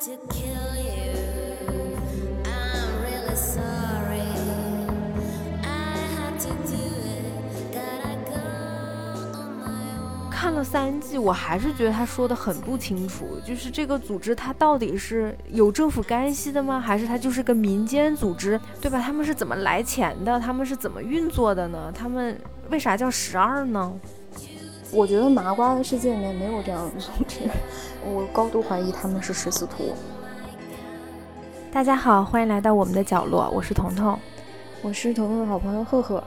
to kill you. I'm really sorry. I had to do it. Gotta go on my own. 看了三季，我还是觉得他说的很不清楚，就是这个组织它到底是有政府干系的吗？还是它就是个民间组织，对吧？他们是怎么来钱的？他们是怎么运作的呢？他们为啥叫十二呢？我觉得麻瓜的世界里面没有这样的组织，我高度怀疑他们是十四图。大家好，欢迎来到我们的角落，我是彤彤。我是彤彤的好朋友赫赫，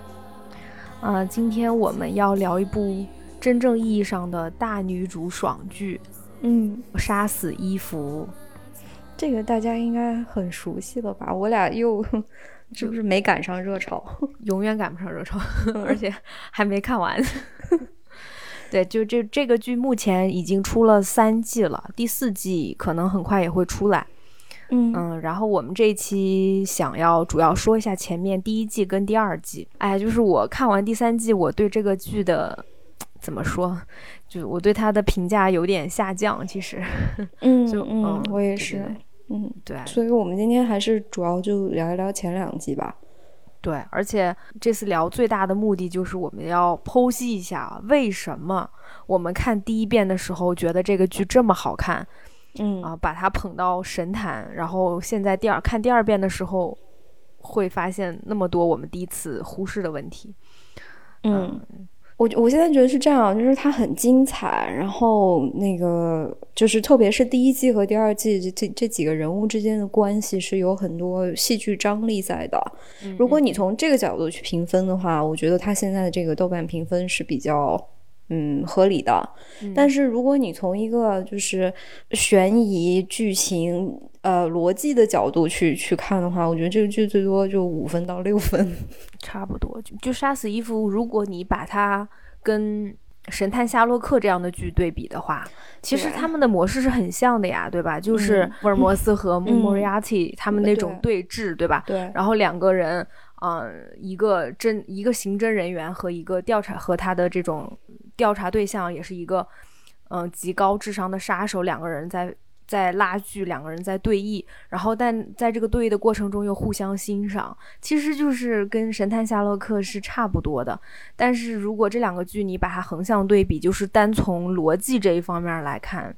呃，今天我们要聊一部真正意义上的大女主爽剧嗯， 《杀死伊芙》。这个大家应该很熟悉了吧？我俩又是不是没赶上热潮？永远赶不上热潮，而且还没看完。 对，就这这个剧目前已经出了三季了，第四季可能很快也会出来。嗯嗯，然后我们这一期想要主要说一下前面第一季跟第二季。哎，就是我看完第三季，我对这个剧的怎么说，就我对它的评价有点下降。其实，嗯就嗯嗯，我也对是，嗯，对对所以我们今天还是主要就聊一聊前两季吧。对，而且这次聊最大的目的就是我们要剖析一下啊为什么我们看第一遍的时候觉得这个剧这么好看嗯啊，把它捧到神坛，然后现在第二看第二遍的时候会发现那么多我们第一次忽视的问题。嗯，我我现在觉得是这样，啊就是它很精彩，然后那个就是特别是第一季和第二季这这这几个人物之间的关系是有很多戏剧张力在的。如果你从这个角度去评分的话，我觉得它现在的这个豆瓣评分是比较。嗯，合理的。但是如果你从一个就是悬疑剧情呃逻辑的角度去去看的话，我觉得这个剧最多就五分到六分。差不多就就杀死伊芙，如果你把它跟《神探夏洛克》这样的剧对比的话，其实对他们的模式是很像的呀，对吧？就是嗯福尔摩斯和嗯 Moriarty 他们那种对峙，对吧？对，然后两个人，嗯、一个侦一个刑侦人员和一个调查和他的这种调查对象也是一个，嗯、极高智商的杀手，两个人在在拉锯，两个人在对弈，然后但在这个对弈的过程中又互相欣赏，其实就是跟《神探夏洛克》是差不多的。但是如果这两个剧你把它横向对比，就是单从逻辑这一方面来看。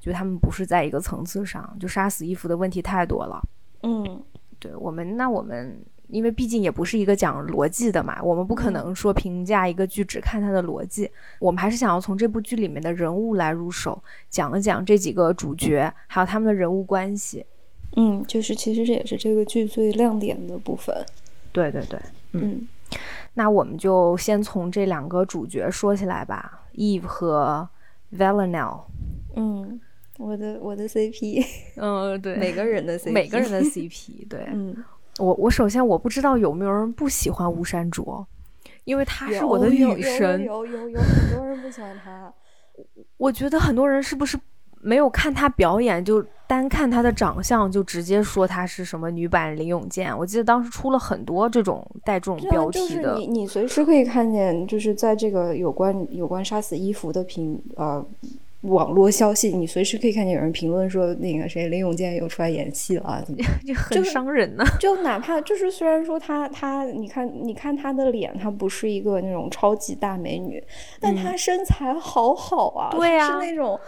就他们不是在一个层次上，就杀死伊芙的问题太多了。嗯。对我们，那我们因为毕竟也不是一个讲逻辑的嘛，我们嗯不可能说评价一个剧只看它的逻辑，我们还是想要从这部剧里面的人物来入手，讲一讲这几个主角，还有他们的人物关系。嗯，就是其实这也是这个剧最亮点的部分。对对对，嗯那我们就先从这两个主角说起来吧，Eve 和 Valenel。嗯，我的我的 CP，嗯，对 每个人的 CP，每个人的 CP，对，嗯， 我我首先我不知道有没有人不喜欢吴山卓，因为她是有我的有女神，有有有有很多人不喜欢他。 我觉得很多人是不是没有看她表演，就单看她的长相就直接说她是什么女版林永健？我记得当时出了很多这种带这种对啊，标就题是的，你，你随时可以看见，就是在这个有关有关杀死伊芙的评呃网络消息，你随时可以看见有人评论说那个谁林永健又出来演戏了啊，怎么 就就很是伤人呢、就哪怕就是虽然说她她，你看你看她的脸，她不是一个那种超级大美女，但她身材好好啊，嗯对呀、啊是那种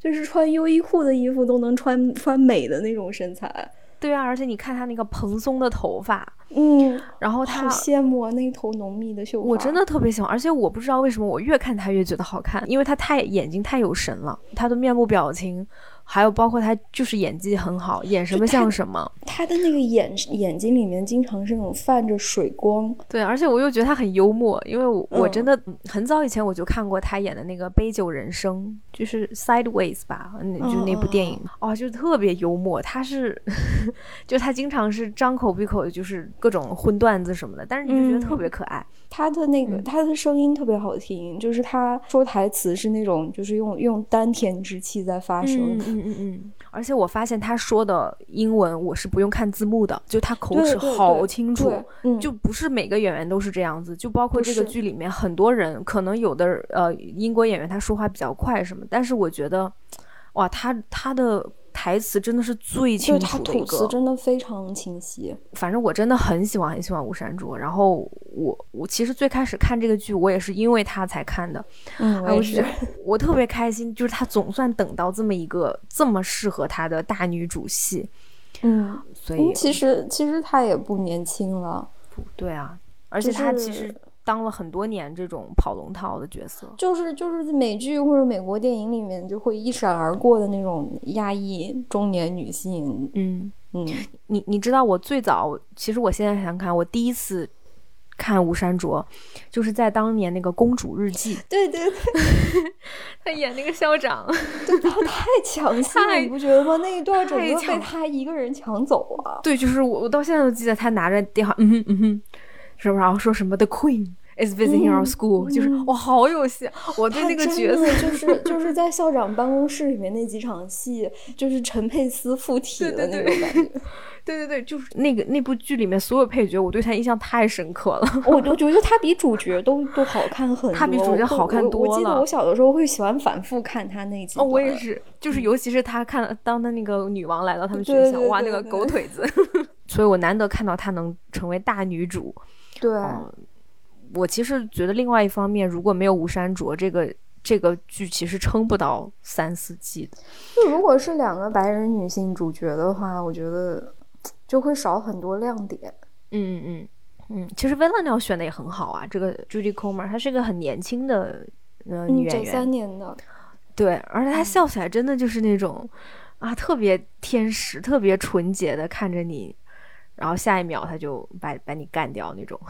就是穿优衣库的衣服都能穿穿美的那种身材， 对啊，而且你看她那个蓬松的头发，嗯，然后好她。羡啊慕啊那头浓密的秀发，我真的特别喜欢，而且我不知道为什么我越看她越觉得好看，因为她太眼睛太有神了，她的面部表情，还有包括她就是演技很好，演什么像什么。她的那个眼眼睛里面经常是那种泛着水光，对，而且我又觉得他很幽默，因为我我嗯真的很早以前我就看过他演的那个《杯酒人生》，就是 Sideways 吧，那就是嗯那部电影哦就特别幽默。他是， 就他经常是张口闭口的就是各种荤段子什么的，但是你就觉得特嗯别可爱。她的那嗯个她的声音特别好听，就是她说台词是那种就是用用丹田之气在发声。嗯嗯嗯。而且我发现他说的英文我是不用看字幕的，就他口对齿对好对清楚。对，嗯，就不是每个演员都是这样子，就包括不这个是剧里面很多人，可能有的呃英国演员他说话比较快什么，但是我觉得，哇，他他的。台词真的是最就清是楚他的一吐词个。真的非常清晰。反正我真的很喜欢很喜欢吴山卓，然后我我其实最开始看这个剧，我也是因为他才看的。嗯，哎，我我也就觉是得。我特别开心，就是他总算等到这么一个这么适合他的大女主戏，嗯，所嗯以其实其实他也不年轻了，对啊，而就且他其是实当了很多年这种跑龙套的角色，就是就是美剧或者美国电影里面就会一闪而过的那种压抑中年女性。嗯。嗯，你你知道我最早，其实我现在想看，我第一次看吴山卓，就是在当年那个《公主日记》，对对对，他演那个校长， 太抢戏了，太你不觉得吗？那一段整太个被抢他一个人抢走了。对，就是我，我到现在都记得他拿着电话，嗯哼嗯哼，是不是？然后说什么 The Queen is visiting our 嗯 school，、就是嗯哇，好有戏，啊我对他那个真角的色， 就是就是在校长办公室里面那几场戏，就是陈佩斯附体对对的那对种感觉。对对对，就是那个那部剧里面所有配角，我对他印象太深刻了。我我觉得他比主角都都好看很多，他比主角我好看我多我。我记得了我小的时候会喜欢反复看他那几哦，我也段。是，就是尤其是他看当他那个女王来到他们学嗯对校，对哇，对那个对狗腿子， 所以我难得看到她能成为大女主。对，嗯，我其实觉得另外一方面，如果没有吴山卓这个这个剧，其实撑不到三四季的。就如果是两个白人女性主角的话，我觉得就会少很多亮点。嗯嗯嗯，其实温乐鸟选的也很好啊，这个 Judy Comer 她是个很年轻的呃女嗯，演九员，三年的，对，而且她笑起来真的就是那种、啊，特别天使，特别纯洁的看着你，然后下一秒她就把把你干掉那种。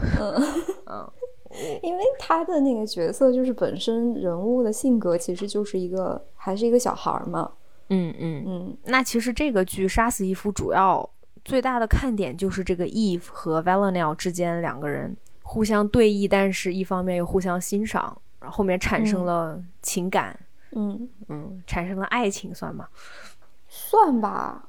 因为他的那个角色就是本身人物的性格其实就是一个还是一个小孩儿嘛。嗯嗯嗯，那其实这个剧《杀死伊芙》主要最大的看点就是这个 Eve 和 v a l e n e l 之间两个人互相对弈，但是一方面又互相欣赏，然后后面产生嗯了情感，嗯，嗯产生了爱情，算吗？算吧，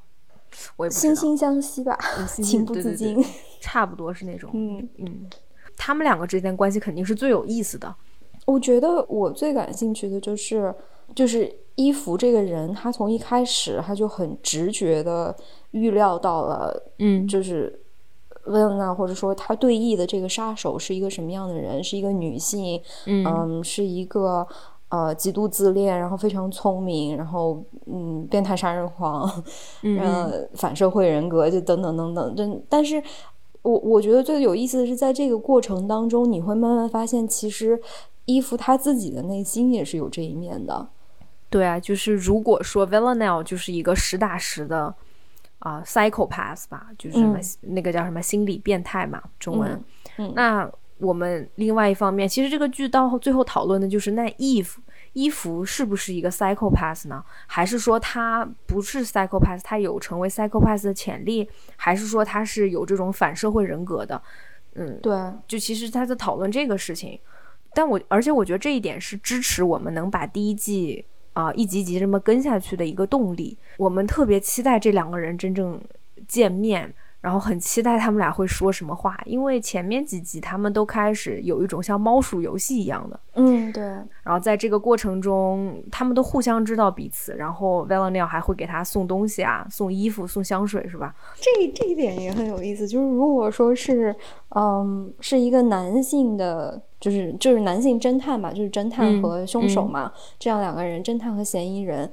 我也不知惺道，惺相 惜吧，嗯惺惺情不对自对对禁。差不多是那种，嗯，嗯，他们两个之间关系肯定是最有意思的，我觉得我最感兴趣的就是，就是伊芙这个人，她从一开始她就很直觉的预料到了，嗯就是薇恩娜或者说她对弈的这个杀手是一个什么样的人，是一个女性，嗯嗯，是一个呃极度自恋，然后非常聪明，然后嗯变态杀人狂，嗯嗯呃反社会人格，就等等等等。真，但是我我觉得最有意思的是，在这个过程当中，你会慢慢发现，其实伊芙她自己的内心也是有这一面的。对啊，就是如果说 v i l l a n e l 就是一个实打实的啊、psychopath 吧，就是什么、嗯那个叫什么心理变态嘛，中文。嗯嗯那我们另外一方面，其实这个剧到后最后讨论的就是那 Eve。伊芙是不是一个 psychopath 呢？还是说她不是 psychopath，她有成为 psychopath 的潜力？还是说她是有这种反社会人格的？嗯，对，就其实他在讨论这个事情，但我而且我觉得这一点是支持我们能把第一季啊、一集一集这么跟下去的一个动力。我们特别期待这两个人真正见面，然后很期待他们俩会说什么话，因为前面几集他们都开始有一种像猫鼠游戏一样的，嗯，对，然后在这个过程中，他们都互相知道彼此，然后 v a l e n i a 还会给他送东西啊，送衣服、送香水是吧？这这一点也很有意思。就是如果说是，嗯，是一个男性的，就是就是男性侦探嘛，就是侦探嗯和凶手嗯嘛，这样两个人，侦探和嫌疑人。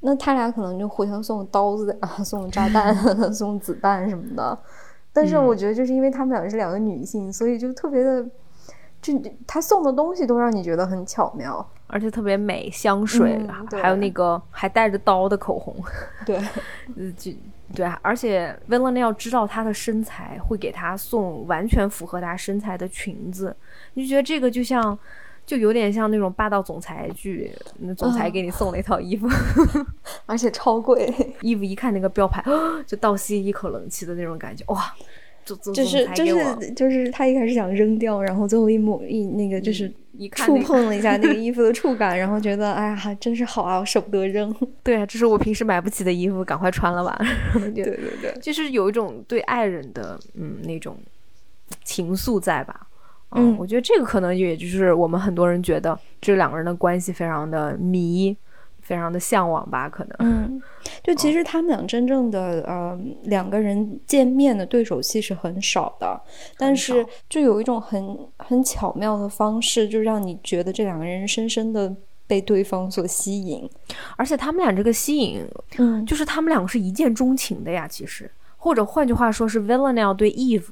那他俩可能就互相送刀子啊，送炸 弹、送子弹什么的。但是嗯我觉得，就是因为他们俩是两个女性，所以就特别的，这他送的东西都让你觉得很巧妙。而且特别美，香水，啊嗯对还有那个还带着刀的口红。对，呃，就对啊，而且温乐内要知道她的身材，会给她送完全符合她身材的裙子，你就觉得这个就像，就有点像那种霸道总裁剧，那总裁嗯给你送了一套衣服， 而且超贵，衣服一看那个标牌， 就倒吸一口冷气的那种感觉，哇，就总就总是裁就给我是就是他一开始想扔掉，然后最后一抹一那个就是嗯一看、触那个，碰了一下那个衣服的触感， 然后觉得哎呀，真是好啊，我舍不得扔。 对啊，这是我平时买不起的衣服，赶快穿了吧，对对对，就是有一种对爱人的嗯那种情愫在吧。嗯我觉得这个可能也就是我们很多人觉得这两个人的关系非常的迷，非常的向往吧，可能。嗯，就其实他们俩真正的、呃两个人见面的对手戏是很少的，但是就有一种很很巧妙的方式，就让你觉得这两个人深深的被对方所吸引。而且他们俩这个吸引，嗯就是他们两个是一见钟情的呀，其实，或者换句话说是 Villanelle 对 Eve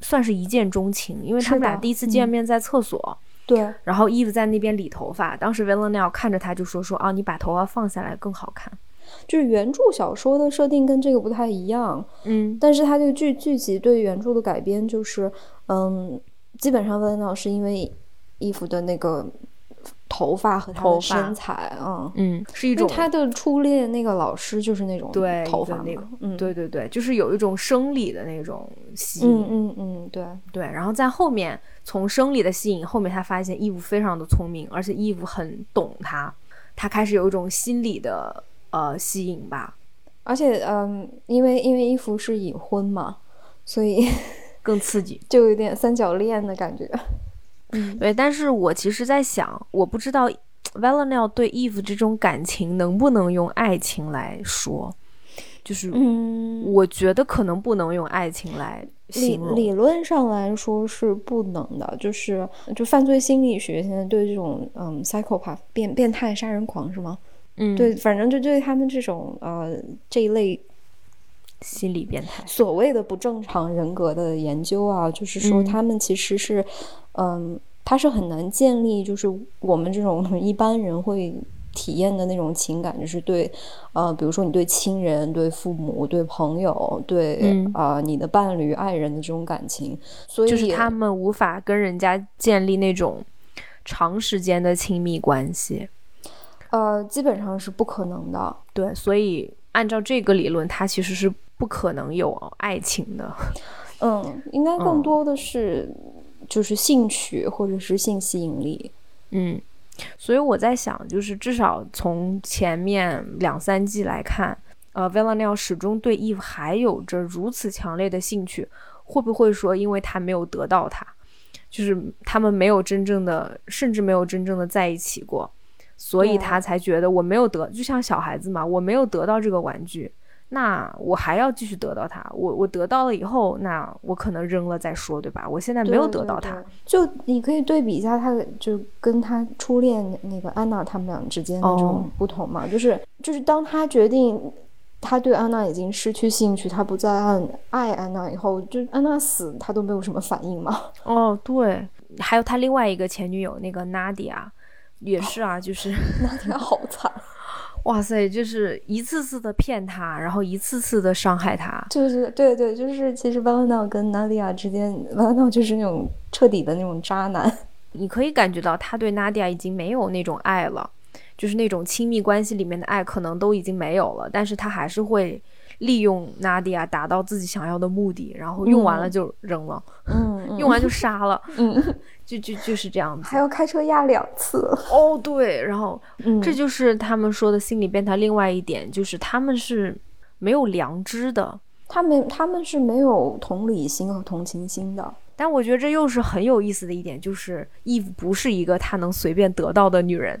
算是一见钟情，因为他们是的俩第一次见嗯面在厕所，对，然后 Eve 在那边理头发，当时 Villanelle 看着他就说说啊，你把头发放下来更好看。就是原著小说的设定跟这个不太一样，嗯但是它这个剧剧集对原著的改编就是，嗯，基本上温老师因为衣服的那个头发和他头的发身材，嗯，嗯，是一因为种他的初恋那个老师就是那种对头发一嘛个那个，嗯，对对对，就是有一种生理的那种吸引。嗯嗯嗯，对，对，然后在后面从生理的吸引，后面他发现义务非常的聪明，而且义务很懂他，他开始有一种心理的呃吸引吧，而且嗯，因为因为衣服是已婚嘛，所以 更刺激。就有点三角恋的感觉，嗯对，但是我其实在想，我不知道 Valenel 对 Eve 这种感情能不能用爱情来说，就是嗯我觉得可能不能用爱情来理形容。理论上来说是不能的，就是就犯罪心理学现在对这种嗯 psychopath 变变态杀人狂是吗？嗯，对，，反正就对他们这种呃这一类心理变态。所谓的不正常人格的研究啊，就是说嗯他们其实是嗯，他是很难建立就是我们这种一般人会。体验的那种情感，就是对，呃，比如说你对亲人、对父母、对朋友、对、嗯呃你的伴侣、爱人的这种感情，所以就是他们无法跟人家建立那种长时间的亲密关系。呃，基本上是不可能的。对，所以按照这个理论，它其实是不可能有爱情的。嗯，应该嗯更多的是就是兴趣或者是性吸引力。嗯，所以我在想，就是至少从前面两三季来看，呃 v i l l a n e l 始终对 Eve 还有着如此强烈的兴趣，会不会说因为他没有得到他，就是他们没有真正的，甚至没有真正的在一起过，所以对他才觉得我没有得，就像小孩子嘛，我没有得到这个玩具。那我还要继续得到它，我我得到了以后，那我可能扔了再说，对吧？我现在没有得对对到对它，就你可以对比一下他，就跟他初恋那个安娜他们俩之间的这哦种不同嘛，就是就是当他决定他对安娜已经失去兴趣，他不再爱爱安娜以后，就安娜死他都没有什么反应嘛。 哦，对，还有他另外一个前女友那个 Nadia，也是啊，就是 那天好惨，哇塞，就是一次次的骗他，然后一次次的伤害他。就是对对，就是其实万万道跟娜迪亚之间，万万道就是那种彻底的那种渣男。你可以感觉到他对 Nadia 已经没有那种爱了，就是那种亲密关系里面的爱可能都已经没有了，但是他还是会利用 Nadia 达到自己想要的目的，然后用完了嗯就扔了，嗯用完就杀了，嗯，就就就是这样子。还要开车压两次，哦，对，然后嗯这就是他们说的心理变态。另外一点就是他们是没有良知的，他们他们是没有同理心和同情心的，但我觉得这又是很有意思的一点，就是 Eve 不是一个他能随便得到的女人。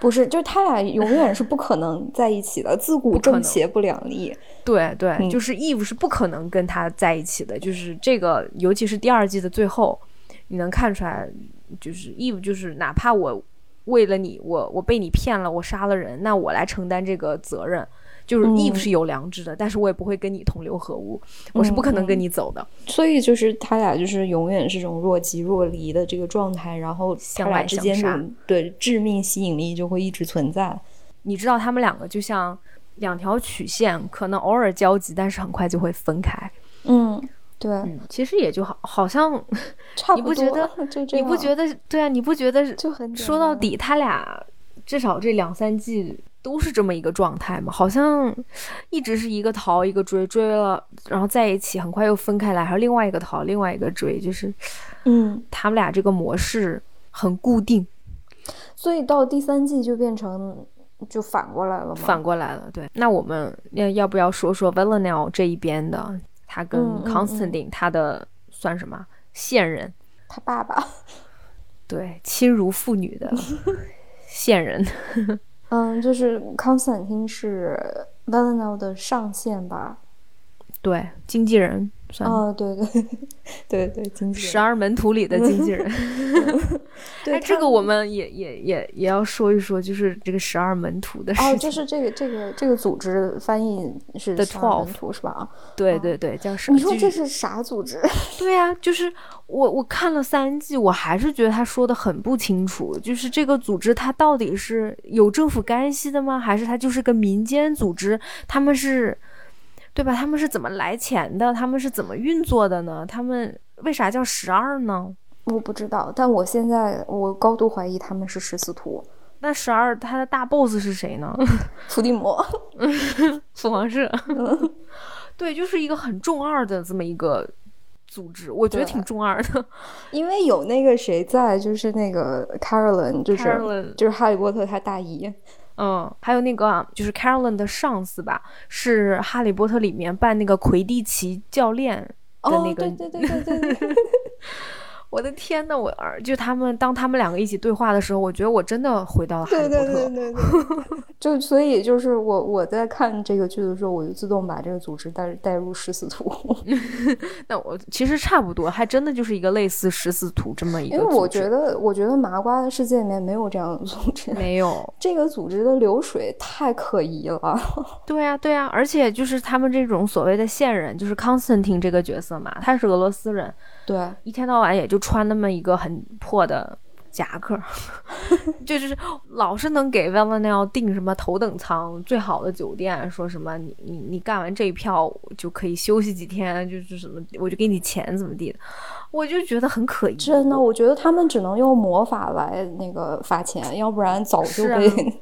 不是，就是他俩永远是不可能在一起的，自古可能正邪不两立。对对，嗯就是 Eve 是不可能跟他在一起的。就是这个，尤其是第二季的最后，你能看出来，就是 Eve 就是哪怕我为了你，我我被你骗了，我杀了人，那我来承担这个责任。就是嗯 Eve 是有良知的，但是我也不会跟你同流合污，我是不可能嗯跟你走的。所以就是他俩就是永远是这种若即若离的这个状态，然后他相爱俩之间这相种对致命吸引力就会一直存在。你知道他们两个就像两条曲线，可能偶尔交集，但是很快就会分开。嗯，对，嗯，其实也就好，好像 差你不不多。觉得就这你样？不觉得？对啊，你不觉得？就很简说到单底，啊他俩至少这两三季都是这么一个状态嘛，好像一直是一个逃一个追，追了然后在一起，很快又分开来，还有另外一个逃，另外一个追，就是嗯，他们俩这个模式很固定，所以到第三季就变成就反过来了嘛。反过来了。对，那我们要要不要说说 v a l e n e l 这一边的，他跟嗯嗯嗯 Constantine 他的算什么线人？他爸爸，对，亲如父女的 线人。嗯，就是康斯坦丁是 Valeno 的上线吧？对，经纪人算哦，对对 对对，经纪人十二门徒里的经纪 人。对哎，这他个我们也也也也要说一说，就是这个十二门徒的事情。哦，就是这个这个这个组织翻译是 The 十二门 Twelve 徒是吧？啊，对对对，叫什么？你说就这是啥组织？对啊，就是我我看了三季，我还是觉得他说的很不清楚，就是这个组织它到底是有政府干系的吗？还是它就是个民间组织？他们是，对吧？他们是怎么来钱的？他们是怎么运作的呢？他们为啥叫十二呢？我不知道，但我现在我高度怀疑他们是十四徒，那十二他的大 boss 是谁呢？ 伏地魔。 凤凰社， 对，就是一个很中二的这么一个组织，我觉得对挺中二的。因为有那个谁在，就是那个 Carolyn，就是 Carolyn 就是哈利波特他大姨，嗯，还有那个啊就是 Carolyn 的上司吧，是《哈利波特》里面扮那个魁地奇教练的哦那，个。对对对对对对，我的天呐，我儿就他们当他们两个一起对话的时候，我觉得我真的回 到了哈利对波特。对对对对， 就所以就是我我在看这个剧的时候，我就自动把这个组织带带入十四图，那我其实差不多，还真的就是一个类似十四图这么一个因组为织。我觉得我觉得麻瓜的世界里面没有这样的组织，没有。这个组织的流水太可疑了，对呀、对呀、啊而且就是他们这种所谓的线人，就是 Constantine 这个角色嘛，他是俄罗斯人，对，一天到晚也就穿那么一个很破的夹克， 就是老是能给 v a l e n e l 订什么头等舱、最好的酒店，说什么你你你干完这一票我就可以休息几天，就是什么我就给你钱怎么地的，我就觉得很可疑。真的，我觉得他们只能用魔法来那个发钱，要不然早就是啊被、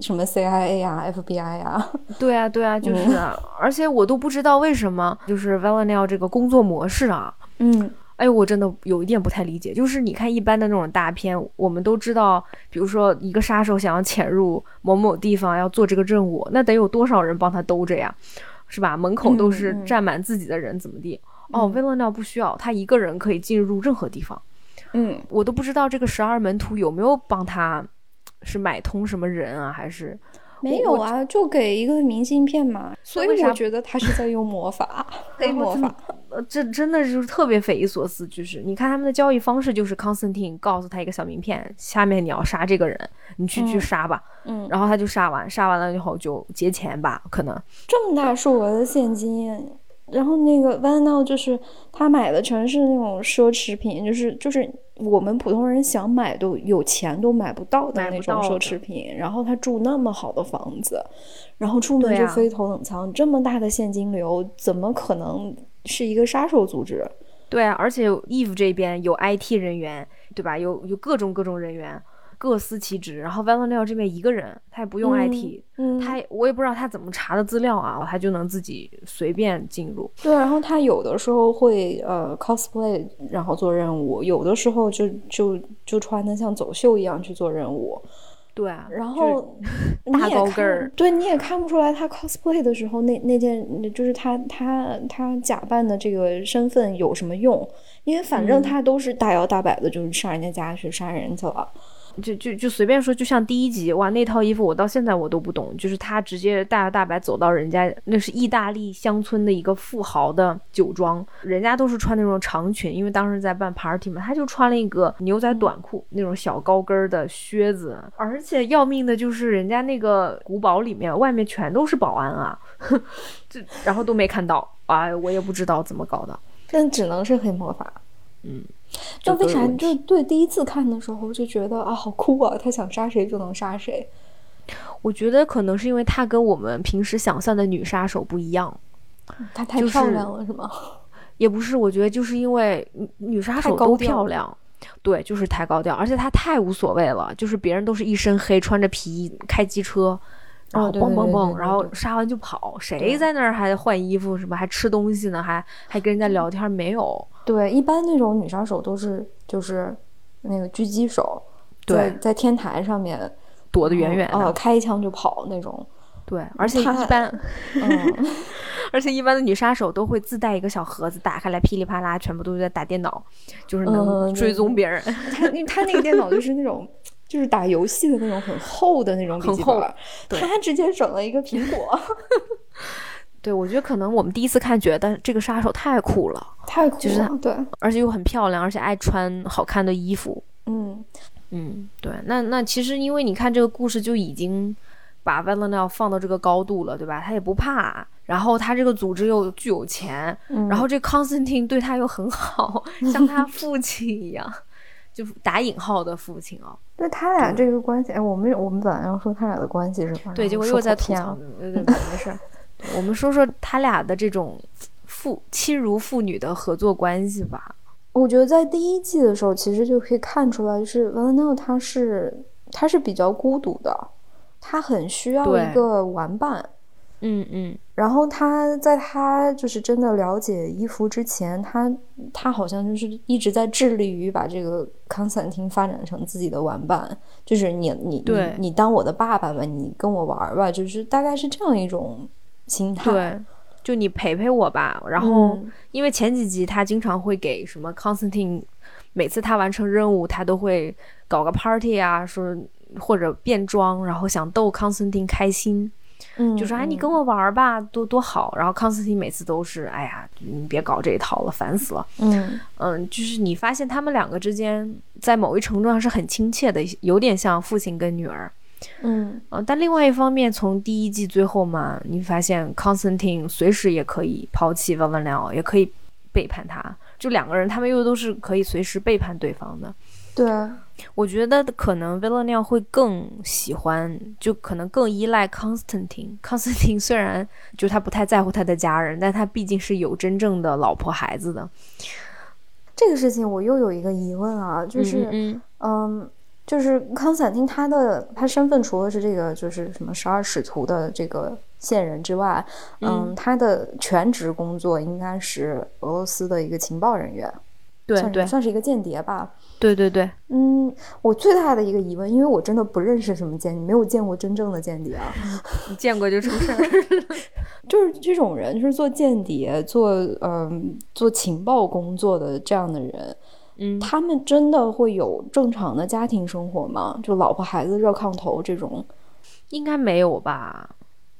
什么 CIA 啊、FBI 啊，对啊，对啊，就是啊、而且我都不知道为什么，就是 v a l e n e l 这个工作模式啊，嗯，哎，我真的有一点不太理解，就是你看一般的那种大片，我们都知道，比如说一个杀手想要潜入某某地方要做这个任务，那得有多少人帮他兜着呀，是吧？门口都是嗯嗯站满自己的人，怎么地？哦，威勒尿不需要，他一个人可以进入任何地方。嗯，我都不知道这个十二门徒有没有帮他，是买通什么人啊，还是没有啊，就给一个明信片嘛。所为以啥我觉得他是在用魔法，黑魔法。呃，这真的就是特别匪夷所思。就是你看他们的交易方式，就是 Constantine 告诉他一个小名片，下面你要杀这个人，你去、去嗯杀吧。嗯，然后他就杀完，杀完了以后就结钱吧，可能。这么大数额的现金。然后那个 Van o 就是他买的全是那种奢侈品，就是就是我们普通人想买都有钱都买不到的买不那种到的奢侈品。然后他住那么好的房子，然后出门对就啊飞头等舱，这么大的现金流，怎么可能是一个杀手组织？对啊，而且 Eve 这边有 IT 人员，对吧？有有各种各种人员，各司其职。然后 v a l e n t i n 这边一个人，他也不用嗯 IT，、嗯，他也我也不知道他怎么查的资料啊，他就能自己随便进入。对，然后他有的时候会呃 cosplay，然后做任务；有的时候就就就穿的像走秀一样去做任务。对啊，然就是 后你大也高看跟儿对，你也看不出来他 cosplay 的时候那那件，就是他他他假扮的这个身份有什么用？因为反正嗯他都是大摇大摆的，就是上人家家去杀人去了。就就就随便说，就像第一集哇，那套衣服我到现在我都不懂，就是他直接大摇大摆走到人家那是意大利乡村的一个富豪的酒庄，人家都是穿那种长裙，因为当时在办 party 嘛，他就穿了一个牛仔短裤，那种小高跟儿的靴子，而且要命的就是人家那个古堡里面外面全都是保安啊， 这然后都没看到，哎，我也不知道怎么搞的，那只能是黑魔法。嗯，就这为都有啥问就对第一次看的时候就觉得啊好酷啊，他想杀谁就能杀谁。我觉得可能是因为他跟我们平时想象的女杀手不一样。她太就漂是亮了，嗯是吗？也不是，我觉得就是因为女女杀太手高都调漂了亮，对，就是太高调，而且她太无所谓了，就是别人都是一身黑，穿着皮衣，开机车，然哦后对嘣对嘣对嘣，对然对后对杀完就跑，谁对在那儿还换衣服什么，还吃东西呢，还还跟人家聊天没有？ 对，一般那种女杀手都是就是那个狙击手，对在在天台上面躲得远远哦、呃的，开一枪就跑那种。对，而且一她般， 嗯，而且一般的女杀手都会自带一个小盒子，打开来噼里啪啦，全部都在打电脑，就是能嗯追对踪别人。 她那她那个电脑就是那种 就是打游戏的那种很厚的那种笔记很本厚儿，对他直接整了一个苹果，对，我觉得可能我们第一次看觉得，但是这个杀手太酷了， 太酷就是了。对，而且又很漂亮，而且爱穿好看的衣服。嗯，嗯，对，那那其实因为你看这个故事就已经把 v a l e n e l 放到这个高度了，对吧？他也不怕，然后他这个组织又巨有钱，嗯然后这 Constantine 对他又很 好，像他父亲一样，就打引号的父亲哦。那他俩这个关系，哎，我们我们本来要说他俩的关系是吧？对，结然果后又说在跑吐偏槽嗯了，，对对对，没 事儿。对我们说说他俩的这种父亲如父女的合作关系吧。我觉得在第一季的时候，其实就可以看出来，就是维 a l 他是他是比较孤独的，他很需要对一个玩伴。嗯嗯，然后他在他就是真的了解伊芙之前，他他好像就是一直在致力于把这个康斯坦丁发展成自己的玩伴，就是你你你对你当我的爸爸吧，你跟我玩儿吧，就是大概是这样一种心 态。对，就你陪陪我吧。然后，嗯因为前几集他经常会给什么 Constantine，每次他完成任务，他都会搞个 party 啊，说或者变装，然后想逗 Constantine 开心，嗯，就说哎你跟我我玩儿吧，多多好。然后 Constantine 每次都是哎呀你别搞这一套了，烦死了。嗯嗯，就是你发现他们两个之间在某一程度上是很亲切的，有点像父亲跟女儿。嗯嗯，但另外一方面，从第一季最后嘛，你发现 Constantine 随时也可以抛弃 Valerian，也可以背叛他。就两个人，他们又都是可以随时背叛对方的。对啊我觉得可能 Valerian 会更喜欢，就可能更依赖 Constantine。Constantine 虽然就他不太在乎他的家人，但他毕竟是有真正的老婆孩子的。这个事情我又有一个疑问啊，就是嗯嗯嗯，就是康斯坦丁他的他身份除了是这个就是什么十二使徒的这个线人之外，嗯，他的全职工作应该是俄罗斯的一个情报人员，对算是对算是一个间谍吧。对对对，嗯，我最大的一个疑问，因为我真的不认识什么间谍，没有见过真正的间谍啊，你见过就出事儿。就是这种人，就是做间谍、做嗯做情报工作的这样的人，嗯，他们真的会有正常的家庭生活吗？就老婆孩子热炕头这种， 应该没有吧？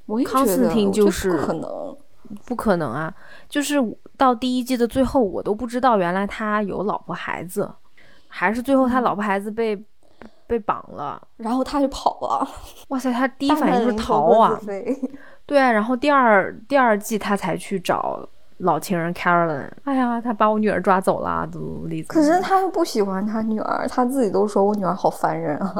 我也觉得康斯汀我觉得就是不可能。不可能啊！就是到第一季的最后，我都不知道原来他有老婆孩子，还是最后嗯他老婆孩子被、被绑了。然后他就跑了，哇塞，他第第一反应就是逃啊！对， 对啊，然后第二第二季他才去找老情人 Carolyn。哎呀，他把我女儿抓走了，怎么怎么地？可是他又不喜欢他女儿，他自己都说我女儿好烦人啊。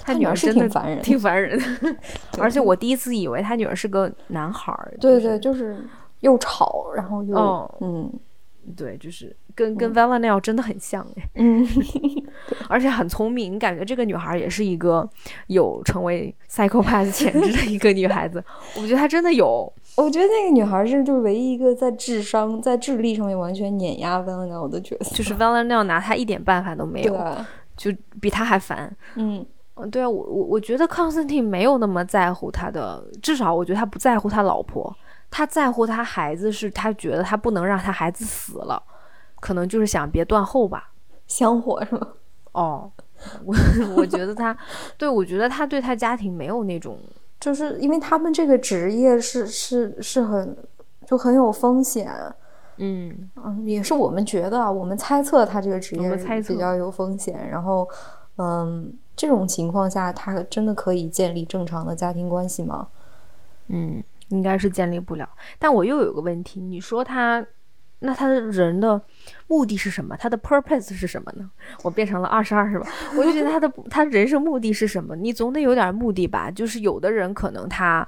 他他女女儿儿是真的挺烦人的挺烦人 的。而且我第一次以为他女儿是个男孩儿。对就是对，就是又吵，然后又、哦嗯对，就是跟跟 Valenel 真的很像哎，嗯， 而且很聪明，感觉这个女孩也是一个有成为 psychopath 潜质的一个女孩子。我觉得她真的有，我觉得那个女孩是就是唯一一个在智商、在智力上面完全碾压 v a l e n a 的角色，就是 Valenel 拿她一点办法都没对啊有，吧？就比她还烦。嗯嗯，对啊，我我我觉得 Constantine 没有那么在乎他的，至少我觉得他不在乎他老婆，他在乎他孩子，是他觉得他不能让他孩子死了，可能就是想别断后吧。香火是吧？哦， 我我觉得他，对我觉得他对他家庭没有那种，就是因为他们这个职业是是是很就很有风险，嗯，嗯，也是我们觉得啊，我们猜测他这个职我业们猜测比较有风险，然后，嗯，这种情况下，他真的可以建立正常的家庭关系吗？嗯，应该是建立不了。但我又有个问题，你说他，那他的人的目的是什么？他的 purpose 是什么呢？我变成了二十二是吧？ 我就觉得他的他人生目的是什么？你总得有点目的吧？就是有的人可能他。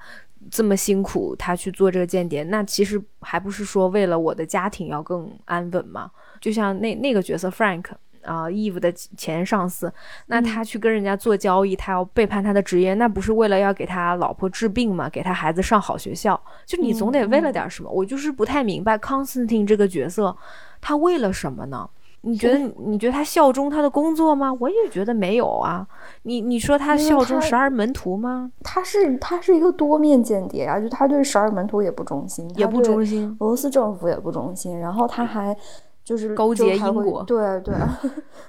这么辛苦，他去做这个间谍，那其实还不是说为了我的家庭要更安稳吗？就像那那个角色 Frank 啊、e v e 的前上司，那嗯他去跟人家做交易，他要背叛他的职业，那不是为了要给他老婆治病吗？给他孩子上好学校，就你总嗯得为了点什么。我就是不太明白 Constantine 这个角色，他为了什么呢？你觉得你觉得他效忠他的工作吗？我也觉得没有啊。你你说他因为效忠他十二门徒吗？他是他是一个多面间谍啊，就他对十二门徒也不忠心，也他不对忠心。俄罗斯政府也不忠心，然后他还就是勾就结还因会果对 对，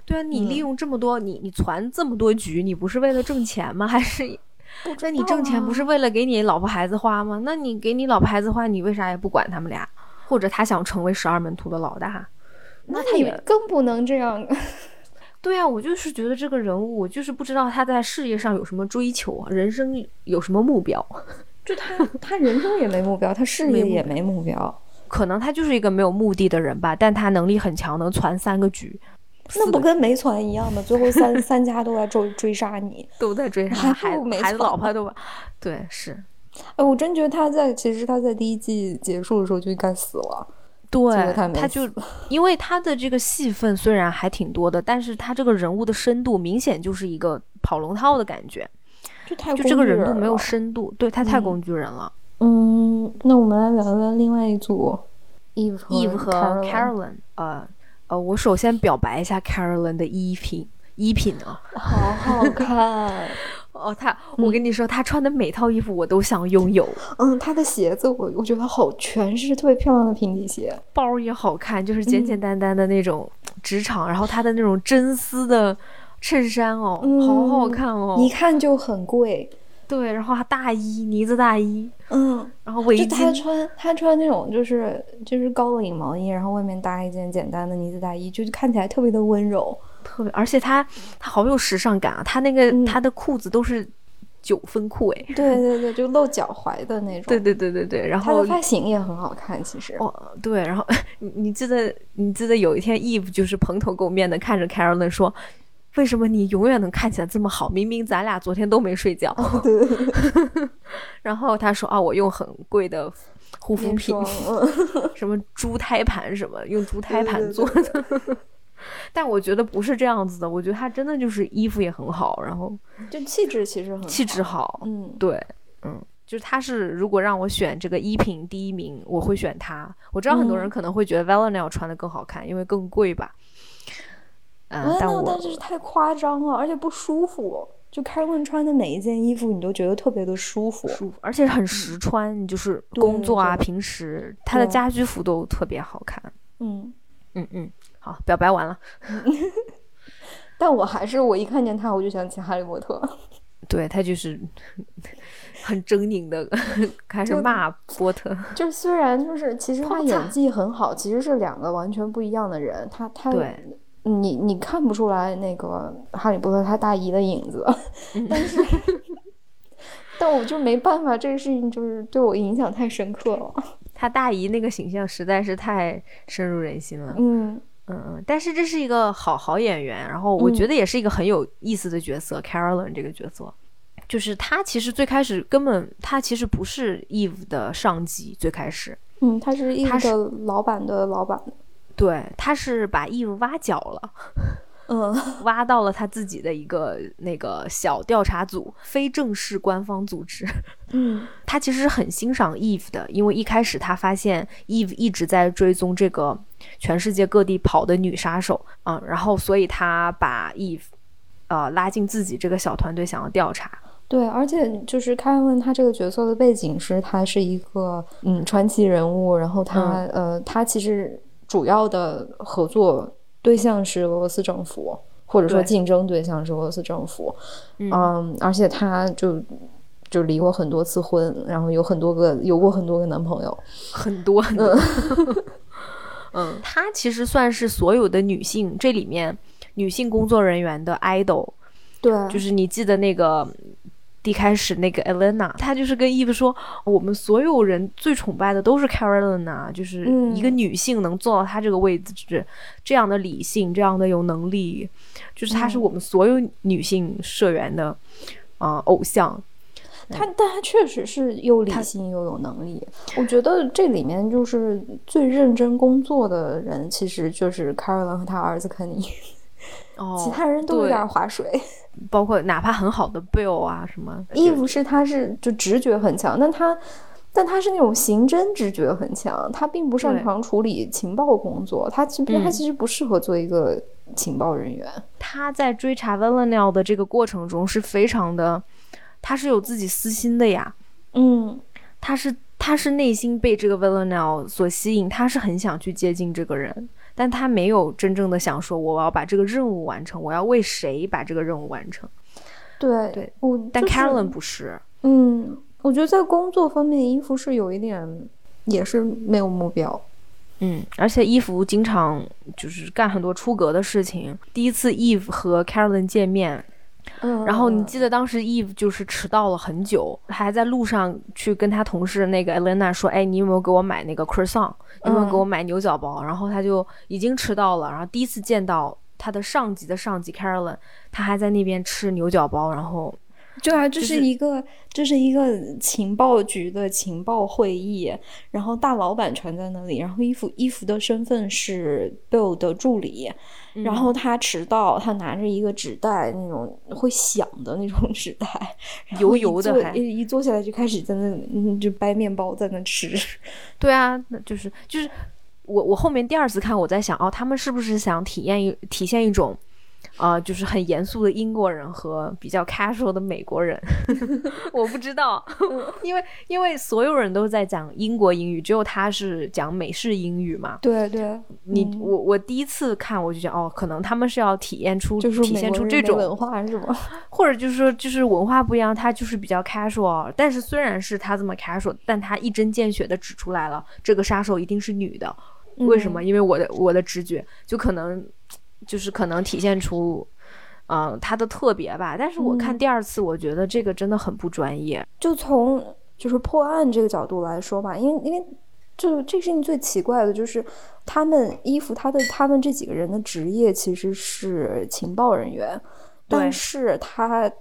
对啊，你利用这么多，你你攒这么多局，你不是为了挣钱吗？ 还是那你挣钱不啊是为了给你老婆孩子花吗？那你给你老婆孩子花，你为啥也不管他们俩？或者他想成为十二门徒的老大？那他你也更不能这样。对啊，我就是觉得这个人物，我就是不知道他在事业上有什么追求啊，人生有什么目标。就他， 他人生也没目标，他事没业目也没目标，可能他就是一个没有目的的人吧，但他能力很强，能攒三个局，那四不个跟没船一样吗？最后 三三家都来追追杀你。都在追他，还不孩如没子、孩子、错老婆都把，对，是哎，我真觉得他在，其实他在第一季结束的时候就应该死了。结对果他，没他死就 因为他的这个戏份虽然还挺多的，但是他这个人物的深度明显就是一个跑龙套的感觉，就太就这工个具人物没有了深度，对他太嗯工具人了。嗯，那我们来聊聊另外一组，Eve 和 Eve 和 Caroline Carolyn，呃呃，我首先表白一下 Carolyn 的衣品衣品啊，好嗯好看。 哦，她，我跟你说，她穿的每套衣服我都想拥有，嗯，他的鞋子我我觉得好，全是特别漂亮的平底鞋。包儿也好看，就是简简嗯单单的那种职场，然后她的那种真丝的衬衫哦，好好嗯看哦，一看就很贵。对，然后她大衣呢子大衣，嗯，然后围就他巾，穿他穿那种就是就是高领毛衣，然后外面搭一件简单的呢子大衣，就看起来特别的温柔。特别，而且她她好有时尚感啊，她那个嗯她的裤子都是九分裤哎，对对对，就露脚踝的那种。对对对对对，然他的后发型也很好看，其实。哦，对，然后你你记得你记得有一天，Eve 就是蓬头垢面的看着 Carolyn 说：“为什么你永远能看起来这么好？明明咱俩昨天都没睡觉。对对哦对，” 然后他说：“啊，我用很贵的护肤面品霜，，嗯什么猪胎盘什么，用猪胎盘对做的。 但我觉得不是这样子的，我觉得他真的就是衣服也很好，然后嗯就气质其实很好气质。好，嗯，对，嗯，就是他是如果让我选这个衣品第一名，我会选他。我知道很多人嗯可能会觉得 Valentine 穿的更好看，因为更贵吧。嗯，哎但那我但是太夸张了，而且不舒服。就 Karen 穿的每一件衣服，你都觉得特别的舒服。舒服，而且很实穿，你就是嗯对工作啊，对嗯平时他的对家居服都特别好看。嗯，嗯嗯，好，表白完了。但我还是我一看见他，我就想起哈利波特。对他就是 很狰狞的开始就骂波特，就虽然就是，其实他碰演擦技很好，其实是两个完全不一样的人。他他，对你你看不出来那个哈利波特他大姨的影子，嗯但 是，但我就没办法，这个事情就是对我影响太深刻了。他大姨那个形象实在是太深入人心了。嗯，嗯，嗯，但是这是一个好好演员，然后我觉嗯得也是一个很有意思的角色、c a r o l y n 这个角色，就是他其实最开始根本他其实不是 Eve 的上级，最开始嗯，他是艺他是的老板的老板。对他是把 Eve 挖角了，嗯，挖到了他自己的一个那个小调查组，非正式官方组织。嗯，他其实是很欣赏 Eve 的，因为一开始他发现 Eve 一直在追踪这个全世界各地跑的女杀手啊、然后所以他把 Eve 呃拉进自己这个小团队，想要调查。对，而且就是凯文他这个角色的背景是，他是一个嗯传奇人物，然后他、呃，他其实主要的合作对象是俄罗斯政府，或者说对竞争对象是俄罗斯政府，嗯嗯，而且他就就离过很多次婚，然后有很多个有过很多个男朋友，很多很多。 嗯，她其实算是所有的女性这里面女性工作人员的 idol，对，就是你记得那个。一开始那个 Elena，她就是跟 Eve 说，我们所有人最崇拜的都是 Carolina，就是一个嗯女性能做到她这个位置，这样的理性，这样的有能力，就是她是嗯我们所有女性社员的啊、呃偶像。他，但他确实是又理性又有能力。我觉得这里面就是最认真工作的人，其实就是凯尔兰和他儿子肯尼，哦，其他人都有对点划水。包括哪怕很好的 Bill 啊什么， 伊芙是他是就直觉很强，但他但他是那种刑侦直觉很强，他并不擅对长处理情报工作，他其实嗯他其实不适合做一个情报人员。他在追查 Villanelle 的这个过程中是非常的，他是有自己私心的呀，嗯他是他是内心被这个 Villanelle 所吸引，他是很想去接近这个人，但他没有真正的想说我要把这个任务完成，我要为谁把这个任务完成。对对我但就是 Carolyn 不是，嗯，我觉得在工作方面，衣服是有一点，也是没有目标。嗯，而且伊芙经常就是干很多出格的事情。第一次 Eve 和 Carolyn 见面，嗯然后你记得当时 Eve 就是迟到了很久，她还在路上去跟她同事那个 Elena 说：“哎，你有没有给我买那个 croissant？你有没有嗯给我买牛角包？”然后她就已经迟到了，然后第一次见到她的上级的上级 Carolyn，她还在那边吃牛角包，然后对啊，这就是是一个这是一个情报局的情报会议，然后大老板传在那里，然后伊芙伊芙的身份是 Bill 的助理，然后嗯他迟到，他拿着一个纸袋，那种会响的那种纸袋，然后油一油的坐还一一坐下来就开始在那嗯就掰面包在那吃， 对啊，那就是就是我我后面第二次看，我在想哦，他们是不是想体验一体现一种，呃，就是很严肃的英国人和比较 casual 的美国人？ 我不知道，嗯因为因为所有人都在讲英国英语，只有他是讲美式英语嘛。对对，你、嗯我我第一次看我就觉得哦，可能他们是要体验出就是体美现国出人这没种文化是吗？或者就是说，就是文化不一样，他就是比较 casual。但是虽然是他这么 casual，但他一针见血的指出来了，这个杀手一定是女的。为什么？因为我的我的直觉就可能，就是可能体现出，嗯、呃，他的特别吧。但是我看嗯第二次，我觉得这个真的很不专业。就从就是破案这个角度来说吧，因为因为就这个事情最奇怪的就是他们衣服，他的他们这几个人的职业其实是情报人员，对但是他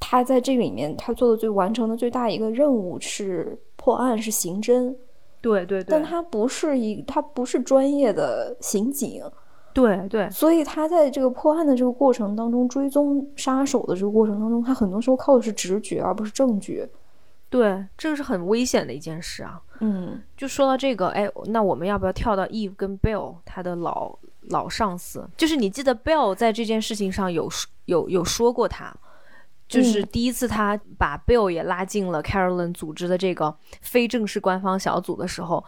他在这里面他做的最完成的最大一个任务是破案，是刑侦，对对但他不是一他不是专业的刑警，对对所以他在这个破案的这个过程当中，追踪杀手的这个过程当中，他很多时候靠的是直觉而不是证据，对，这个是很危险的一件事啊。嗯。就说到这个，哎，那我们要不要跳到 Eve 跟 Bill 他的老老上司？就是你记得 Bill 在这件事情上有说有有说过他，就是嗯第一次他把 Bill 也拉进了 Carolyn 组织的这个非正式官方小组的时候。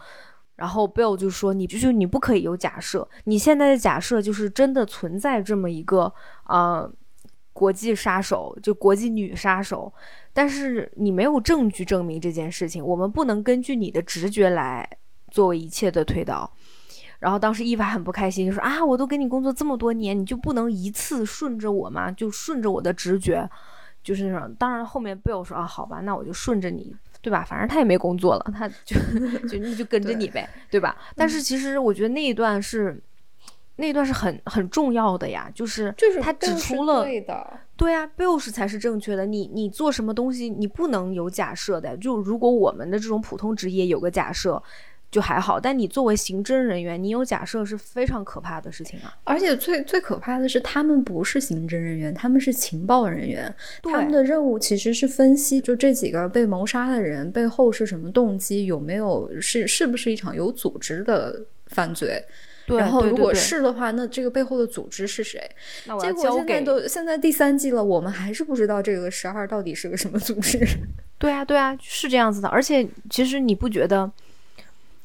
然后 Bill 就说：“你就是你不可以有假设，你现在的假设就是真的存在这么一个呃国际杀手，就国际女杀手，但是你没有证据证明这件事情，我们不能根据你的直觉来作为一切的推导。然后当时伊娃很不开心，就说啊，我都跟你工作这么多年，你就不能一次顺着我吗？就顺着我的直觉，就是那种。当然后面 Bill 说啊，好吧，那我就顺着你，对吧？反正他也没工作了，他 就就那就跟着你呗，对吧？嗯但是其实我觉得那一段是。那一段是很很重要的呀，就是就是他指更是出了对的，对啊，Bill 是才是正确的。你你做什么东西，你不能有假设的。就如果我们的这种普通职业有个假设，就还好。但你作为刑侦人员，你有假设是非常可怕的事情啊。而且最最可怕的是，他们不是刑侦人员，他们是情报人员。对他们的任务其实是分析，就这几个被谋杀的人背后是什么动机，有没有是是不是一场有组织的犯罪。对然后对如对果对是的话，那这个背后的组织是谁？那我要结果交现在给都现在第三季了，我们还是不知道这个十二到底是个什么组织。 对啊，对啊，是这样子的。而且其实你不觉得，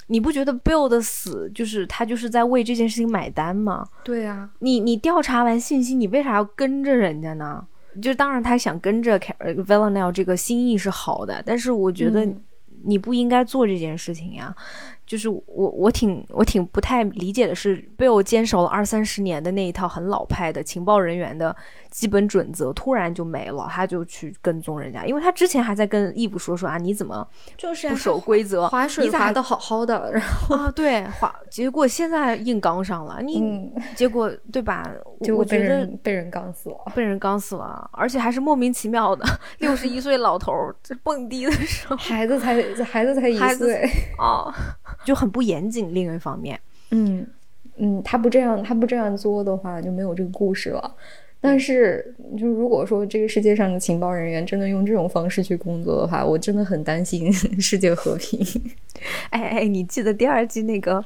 你不觉得 Bill 的死就是他就是在为这件事情买单吗？对啊，你你调查完信息，你为啥要跟着人家呢？就当然他想跟着 Ca- 呃 Villanelle 这个心意是好的，但是我觉得嗯你不应该做这件事情呀。就是我我挺我挺不太理解的是，被我坚守了二三十年的那一套很老派的情报人员的基本准则，突然就没了，他就去跟踪人家，因为他之前还在跟义父说说啊，你怎么就是啊不守规则？划水你咋划还的好好的，然后啊？对，划结果现在硬刚上了，你、嗯，结果对吧？我结果我被觉得人被人杠死了。被人刚死了，而且还是莫名其妙的。六十一岁老头儿这蹦迪的时候， 孩子才孩子才一孩子 岁，哦，就很不严谨。另一方面，嗯嗯，他不这样，他不这样做的话，就没有这个故事了。但是，就如果说这个世界上的情报人员真的用这种方式去工作的话，我 真的很担心世界和平。哎哎哎，你记得第二季那个，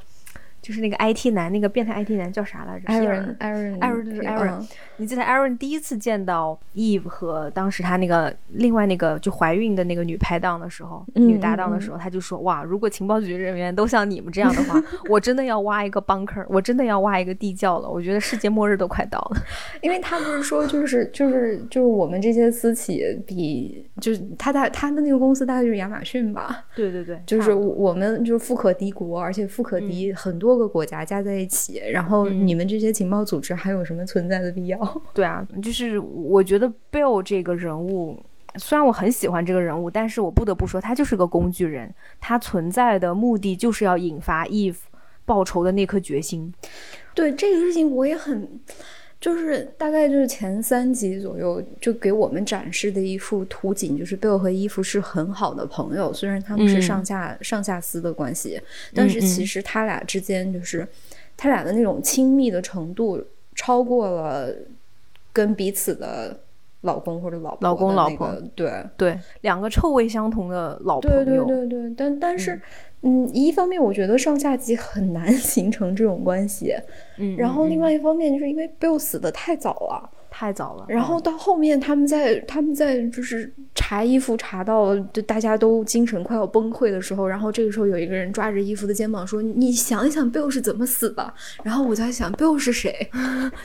就是那个 IT 男，那个变态 IT 男叫啥来着皮尔 Aaron 嗯 Aaron 啊 Aaron 就是 Aaron 你记得 Aaron 第一次见到 Eve 和当时他那个另外那个就怀孕的那个女拍档的时候，嗯女搭档的时候，他就说：“哇，如果情报局人员都像你们这样的话， 我真的要挖一个帮坑，我真的要挖一个地窖了。我觉得世界末日都快到了。因为他不是说就是就是就是我们这些私企比就是他大他的那个公司大概就是亚马逊吧，”对对对，就差是不多我们就是富可敌国，而且富可敌很多个国家加在一起，然后嗯你们这些情报组织还有什么存在的必要？ 对啊，就是我觉得 Bill 这个人物。虽然我很喜欢这个人物，但是我不得不说，他就是个工具人。他存在的目的就是要引发 Eve 报仇的那颗决心。对这个事情，我也很，就是大概就是前三集左右，就给我们展示的一幅图景，就是贝尔和伊芙是很好的朋友，虽然他们是嗯上下、上下司的关系，但是其实他俩之间就是、他俩的那种亲密的程度，超过了跟彼此的老公或者老婆、老公老婆，对，对，两个臭味相同的老朋友。对对对对，但但是，嗯，一方面我觉得上下级很难 形成这种关系，嗯，然后嗯另嗯外一方面就是因为 Bill 死的太早了，太早了，然后嗯到后面他们在他们在就是查衣服查到就大家都精神快要崩溃的时候，然后这个时候有一个人抓着衣服的肩膀说：“你想一想 Bill 是怎么死的。”然后我在想 Bill 是 谁？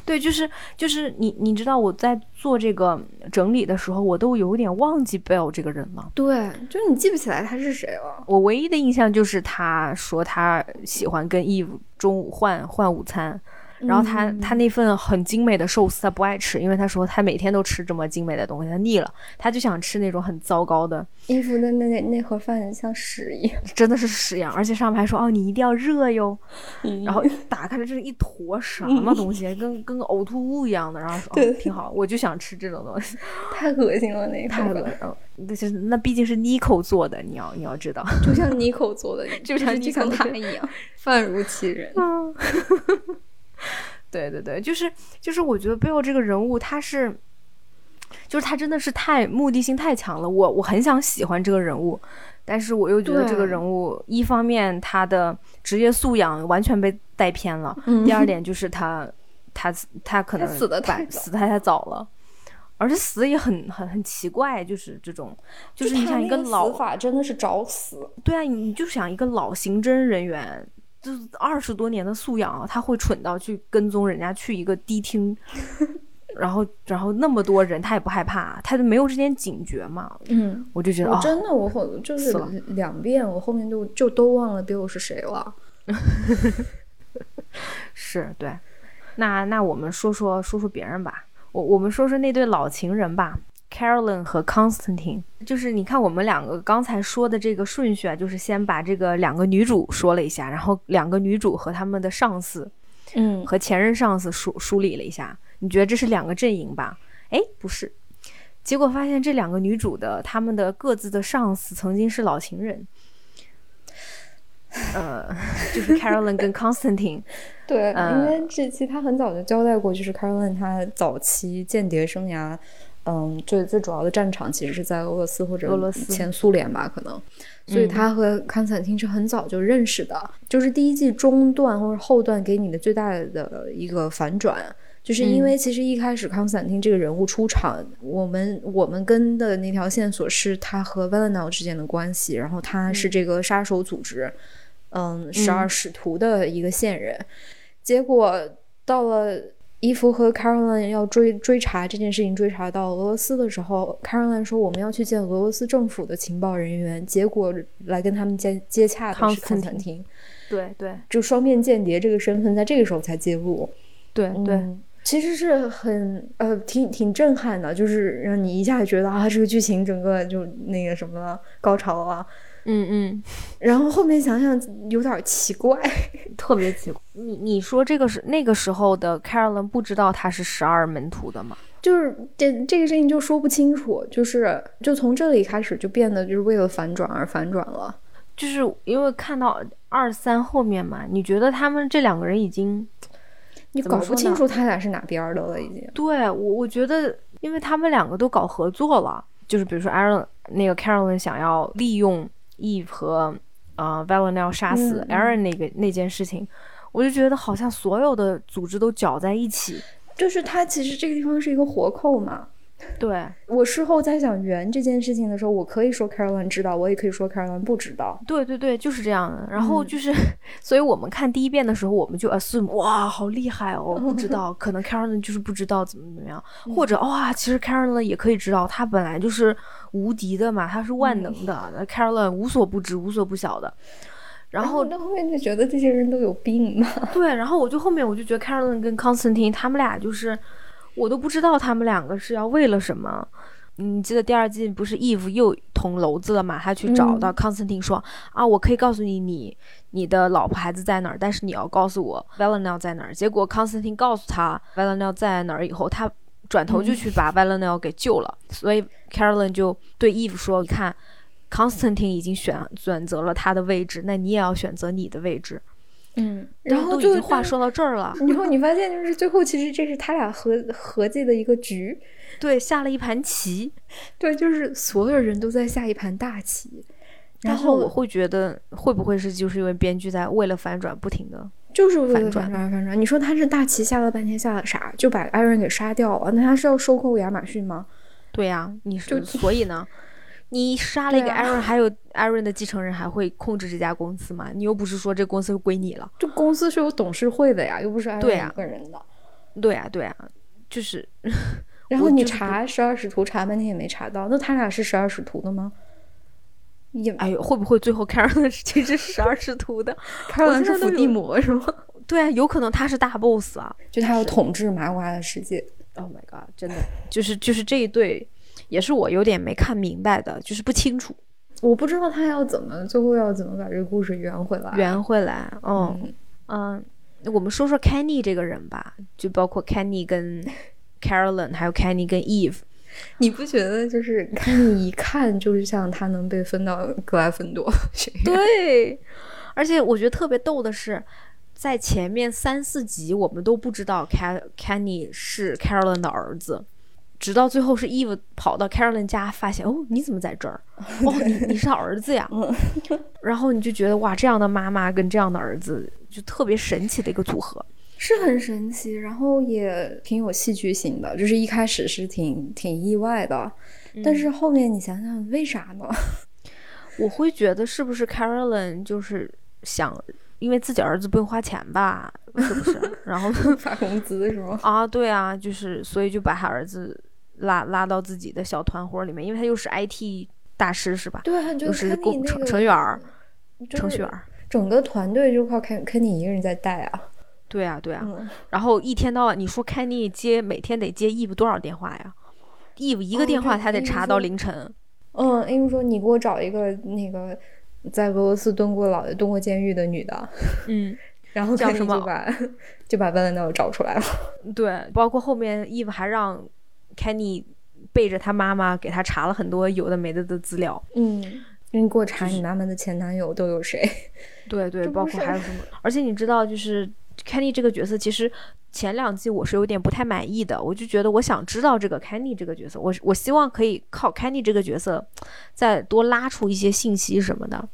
对，就是就是你你知道我在做这个整理的时候，我都有点忘记 Bell 这个人了。对，就是你记不起来他是谁了。我唯一的印象就是他说他喜欢跟 Eve 中午换换午餐，然后他、他那份很精美的寿司他不爱吃，因为他说他每天都吃这么精美的东西，他腻了，他就想吃那种很糟糕的，衣服的那那那盒饭像屎一样，真的是屎样，而且上面还说哦你一定要热哟，然然后打开了这是一坨什么东西，跟跟个呕吐物一样的，然后说对哦挺好，我就想吃这种东西，太恶心了，那个太恶 心了。那是那毕竟是 Nico 做的，你要你要知道。就像妮蔻做的，就像是就像 Nico 他一样，范啊如其人。嗯， 对对对，就是就是，我觉得 Bill 这个人物他是，就是他真的是太目的性太强了。我我很想喜欢这个人物，但是我又觉得对这个人物一方面他的职业素养完全被带偏了，嗯第 二点就是他他他可能他死得把太早死得太早了。而且死得也很很很奇怪，就是这种，就是你他想一那老死法真的是找死，对啊，你就想一个老刑侦人员，就是二十多年的素养啊，他会蠢到去跟踪人家去一个迪 厅，然后然后那么多人，他也不害怕，他就没有这点警觉嘛。嗯。我就觉得我哦，真的，我后就是死了两遍，我后面就就都忘了 Bill 是谁了。是对。那那我们说说说说别人吧，我我们说说那对老情人吧。Carolyn 和 Constantine，就是你看我们两个刚才说的这个顺序啊，就是先把这个两个女主说了一下，然后两个女主和他们的上司，嗯，和前任上司梳梳理了一下，你觉得这是两个阵营吧？哎，不是，结果发现这两个女主的她们的各自的上司曾经是老情 人，呃，就是 Carolyn 跟 Constantine，对，因呃为这期他很早就交代过，就是 Carolyn 他早期间谍生涯，嗯，最最主要的战场其实是在俄罗斯或者俄罗斯前苏联吧，可能。所以嗯他和康斯坦丁是很早就认识的，就是第一季中段或者后段给你的最大的一个反转，就是嗯因为其实一开始康斯坦丁这个人物出场，我们我们跟的那条线索是他和 Valenau 之间的关系，然后他嗯是这个杀手组织，嗯，十二使徒的一个线人，结果到了。伊芙和 Caroline 要追追查这件事情，追查到俄罗斯的时候，Caroline 说我们要去见俄罗斯政府的情报人员，结果来跟他们接接洽的是康斯坦丁， 对对就双面间谍这个身份在这个时候才揭露。对对，嗯其实是很呃挺挺震撼的，就是让你一下觉得啊，这个剧情整个就那个什么了高潮啊，嗯嗯，然后后面想想有点奇怪，特别奇怪。你你说这个是那个时候的 Carolyn 不知道她是十二门徒的吗？就是这这个事情就说不清楚，就是就从这里开始就变得就是为了反转而反转了。就是因为看到二三后面嘛，你觉得他们这两个人已经你怎么搞不说呢清楚他俩是哪边儿的了，已经。对我，我觉得，因为他们两个都搞合作了，就是比如说 Aaron 那个 Carolyn 想要利用 Eve 和呃 v a l e n e l 杀死嗯嗯 Aaron 那个、那件事情，我就觉得好像所有的组织都搅在一起。就是它其实这个地方是一个活扣嘛。对我事后在想圆这件事情的时候，我可以说 Caroline 知道，我也可以说 Caroline 不知道。对对对，就是这样的。然后就是， 所以我们看第一遍的时候，我们就 assume 哇，好厉害哦，不知道，可能 Caroline 就是不知道怎么怎么样，或者哇，其实 Caroline 也可以知道，她本来就是无敌的嘛，她是万能的、c a r o l i n e 无所不知，无所不晓的。然后那后面就觉得这些人都有病嘛。对，然后我就后面我就觉得 Caroline 跟 Constantine 他们俩就是，我都不知道他们两个是要为了什么。嗯你记得第二季不是 Eve 又捅娄子了嘛？他去找到 Constantine 说、啊，我可以告诉你你你的老婆孩子在哪儿，但是你要告诉我 Valenel 在哪儿。结果 Constantine 告诉他 Valenel 在哪儿以后，他转头就去把 Valenel 给救了。所以 Caroline 就对 Eve 说：“你看，Constantine 已经选选择了他的位置，那你也要选择你的位置。”嗯，然后都已就经话说到这儿了，以后你发现就是最后其实这是他俩合合计的一个局，对，下了一盘棋。对，就是所有人都在下一盘大棋。然但是后我会觉得，会不会是就是因为编剧在为了反转不停的？就是为了反转反转反转，你说他是大旗下了半天下了啥，就把艾瑞给杀掉了？那他是要收购亚马逊吗？对呀、你是就所以呢，你杀了一个对啊 Aaron，、还有 Aaron 的继承人还会控制这家公司吗？你又不是说这公司归你了？就公司是有董事会的呀，又不是艾对瑞呀一个人的。对呀、对呀、啊就是然后我你就是查十二使徒查半天也没查到，那他俩是十二使徒的吗？也哎呦，会不会最后 Karen 其实是十二使徒的？开我完现是在都伏地有魔是吗？ 对啊，有可能他是大 boss 啊。 就他要统治麻瓜的世界。 Oh my god！真的就是就是这一对，也是我有点没看明白的，就是不清楚。我不知道他要怎么最后要怎么把这个故事圆回来。圆回来，嗯嗯，我们说说 Kenny 这个人吧，就包括 Kenny 跟 Carolyn，还有 Kenny 跟 Eve。你不觉得就是看你一看就是像他能被分到格莱芬多 学院？对， 而且我觉得特别逗的是，在前面三四集我们都不知道 Ken Kenny 是 Carolyn 的儿子。直到最后是 Eve 跑到 Carolyn 家，发现哦，你怎么在这 儿？哦，你你是儿子呀！ 然后你就觉得哇，这样的妈妈跟这样的儿子就特别神奇的一个组合。是很神奇，然后也挺有戏剧性的，就是一开始是挺挺意外的，但是后面你想想为啥呢？ 我会觉得是不是 Carolyn 就是想，因为自己儿子不用花钱吧，是不是？ 然 后发工资是吗？啊，对啊，就是所以就把他儿子拉拉到自己的小团伙里面，因为他又是 IT 大师是吧？ 对啊，就又看是你工那程个程序员儿，就是程序员儿。整个团队就靠肯肯尼一个人在带啊。对啊，对啊，嗯然后一天到晚，你说 Kenny 接每天得接 Eve 多少电话呀？Eve 一个哦电对话他得我跟你查说到凌晨。嗯，因为说你给我找一个那个在俄罗斯蹲过牢、蹲过监狱的女的，嗯，然后叫肯尼什么就把就把班兰道找 出来了。嗯对，包括后面 Eve 还让 Kenny 背着他妈妈给他查了很多有的没的的资料。嗯，你给我查你妈妈的前男友都有谁？对对，这包不括是还有什么？而且你知道，就是 Kenny 这个角色，其实前两季我是有点不太满意的，我就觉得我想知道这个 Kenny 这个角色，我我希望可以靠 Kenny 这个角色再多拉出一些信息什么的。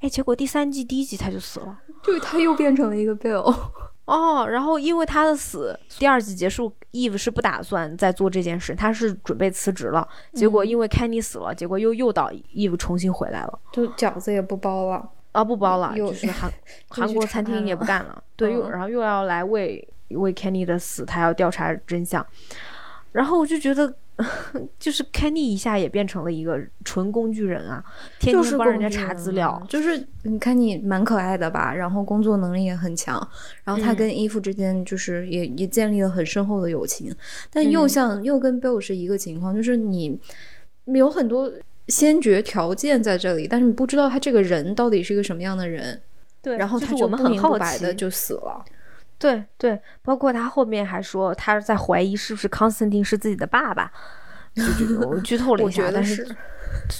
哎，结果第三季第一集他就死了就他又变成了一个 Bill。哦，然后因为他的死，第二季结束，Eve 是不打算再做这件事，他是准备辞职了。结嗯果因为 Kenny 死了，结果又诱导 Eve 重新回来了。 就饺子也不包了。啊，不包了，又就是 韩去韩国餐查厅也了不干了，对，又嗯然后又要来为为 Kenny 的死，他要调查真相，然后我就觉得， 就是 Kenny 一下也变成了一个纯工具人啊，天天帮人家查资啊料，嗯就是你看你蛮可爱的吧，然后工作能力也很强，然后他嗯跟伊芙之间就是也、也建立了很深厚的友情，但嗯又像、又跟 Bill 是一个情况，就是你有很多先决条件在这里，但是你不知道他这个人到底是一个什么样的人，对然后就他是我们不很明不好白的奇，就死了。对对，包括他后面还说他在怀疑是不是 Constantine 是自己的爸爸，就就我剧透了一我下，觉得但是是，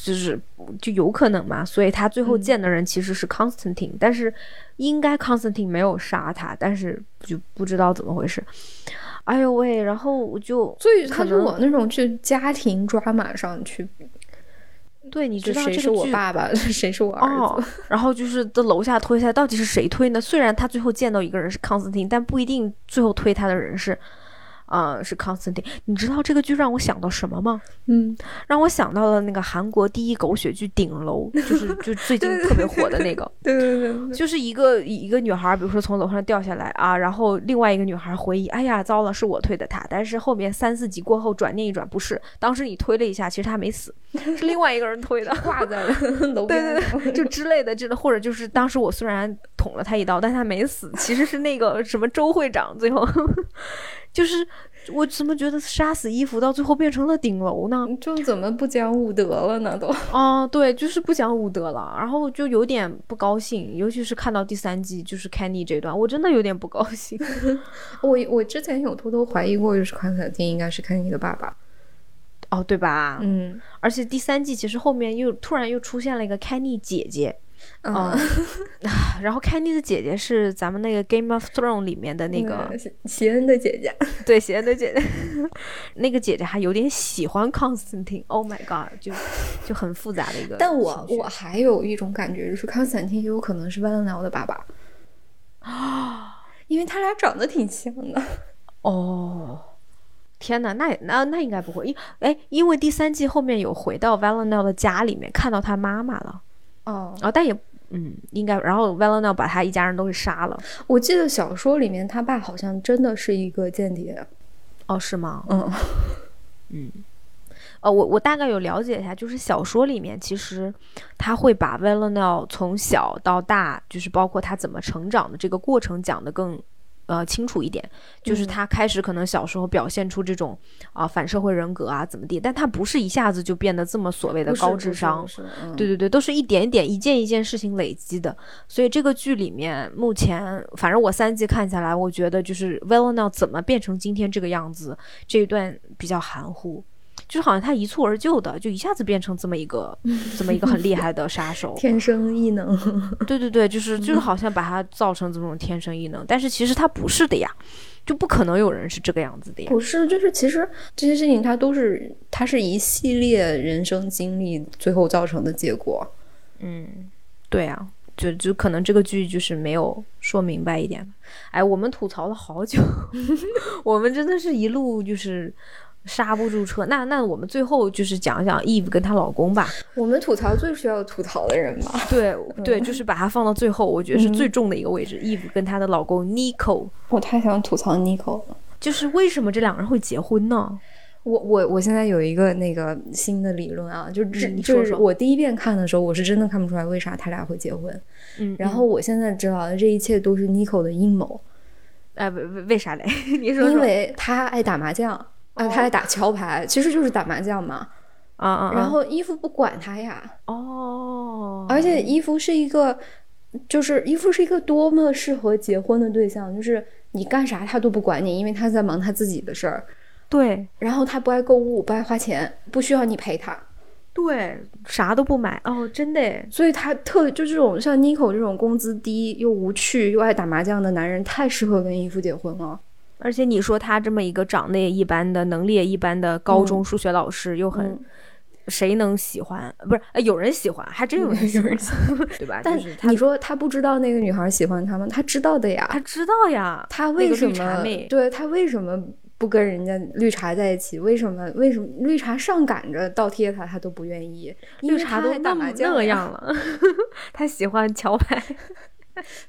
就是就有可能嘛，所以他最嗯后见的人其实是 Constantine，、但是应该 Constantine 没有杀他，但是就不知道怎么回事。哎呦喂，然后我就所以他可是能我那种去家庭抓马上去对，你就知道谁这是个我剧爸爸， 谁是我儿哦子，， 然后就是在楼下推下来，到底是谁推呢？虽然他最后见到一个人是康斯汀，但不一定最后推他的人是，呃，是康斯汀。你知道这个剧让我想到什么吗？嗯，让我想到了那个韩国第一狗血剧《顶楼》，就是就最近特别火的那个，对对对对对，就是一个一个女孩，比如说从楼上掉下来啊，然后另外一个女孩回忆，哎呀，糟了，是我推的她。但是后面三四集过后转念一转，不是，当时你推了一下，其实她没死，是另外一个人推的。挂在楼对边对对，就之类的，这或者就是当时我虽然捅了他一刀，但他没死，其实是那个什么周会长最后， 就是我怎么觉得杀死伊芙到最后变成了顶楼呢？对，就怎么不讲武德了呢？都， 哦，对，就是不讲武德了，然后就有点不高兴，尤其是看到第三季就是 Kenny 这段，我真的有点不高兴。 我我之前有偷偷怀疑过，就是康斯汀应该是看你的爸爸， 哦，对吧？嗯而且第三季其实后面又突然又出现了一个 Kenny 姐姐，嗯嗯， 然后 Kenny 的姐姐是咱们那个 Game of Thrones 里面的那个。邪邪恩的姐姐， 对，喜欢的姐姐， 那个姐姐还有点喜欢康斯汀。Oh my god，就就很复杂的一个情绪。 但我我还有一种感觉，就是康斯坦丁也有可能是万能鸟的爸爸啊， 因为他俩长得挺像的。哦，天哪，那也那那应该不会，因哎，因为第三季后面有回到 Valentine 的家里面，看到他妈妈了。哦，哦，但也嗯，应该。然后 Valentine 把他一家人都给杀了。我记得小说里面他爸好像真的是一个间谍。哦，是吗？嗯呃，我我大概有了解一下，就是小说里面其实他会把 Valentine 从小到大，就是包括他怎么成长的这个过程讲得更呃清楚一点。就是嗯他开始可能小时候表现出这种啊、反社会人格啊怎么地，但他不是一下子就变得这么所谓的高智商。是，嗯对对对，都是一点一点、一件一件事情累积的。所以这个剧里面，目前反正我三季看下来，我觉得就是 v i l l a n e 怎么变成今天这个样子，这一段比较含糊，就是好像他一蹴而就的，就一下子变成这么一 个、这么一个很厉害的杀手。天生异能。对对对，就是就是好像把它造成这种天生异能，但是其实它不是的呀，就不可能有人是这个样子的呀。不是，就是其实这些事情它都是它是一系列人生经历最后造成的结果。嗯，对啊，就就可能这个剧就是没有说明白一点。哎，我们吐槽了好 久，我们真的是一路就是刹不住车。那那我们最后就是讲一讲 Eve 跟她老公吧。我们吐槽最需要吐槽的人吧。对 嗯对，就是把它放到最后，我觉得是最重的一个位置。Eve 跟她的老公 Nico，我太想吐槽 n i c o 了。就是为什么这两个人会结婚呢？我我我现在有一个那个新的理论啊，就这、嗯你就说是说我第一遍看的时候，我是真的看不出来为啥他俩会结婚。嗯，然后我现在知道了，这一切都是 n i c o 的阴谋，哎，为为为啥嘞？ 你说哦因说。为他爱打麻将，啊、他爱打桥牌，其实就是打麻将嘛。啊啊！然后伊芙不管他呀，哦，而且伊芙是一个，就是伊芙是一个多么适合结婚的对象，就是你干啥他都不管你，因为他在忙他自己的事儿。对然后他不爱购物，不爱花钱，不需要你陪他。对，啥都不买哦，真的耶所以他特就这种像 Nico 这种工资低又无趣又爱打麻将的男人，太适合跟伊芙结婚了。而且你说他这么一个长得也一般的、能力也一般的高中数学老师，又很、嗯谁能喜欢？不是、哎有人喜欢，还真有人喜欢，对 吧？但就是他你说他不知道那个女孩喜欢他吗？他知道的呀他。知道呀，他为那什个绿茶么？妹对他为什么不跟人家绿茶在一起？为什么？为什么绿茶上赶着倒贴他，他都不愿意？因绿为茶他都爱那打么麻将那呀样，了， 他喜欢桥牌。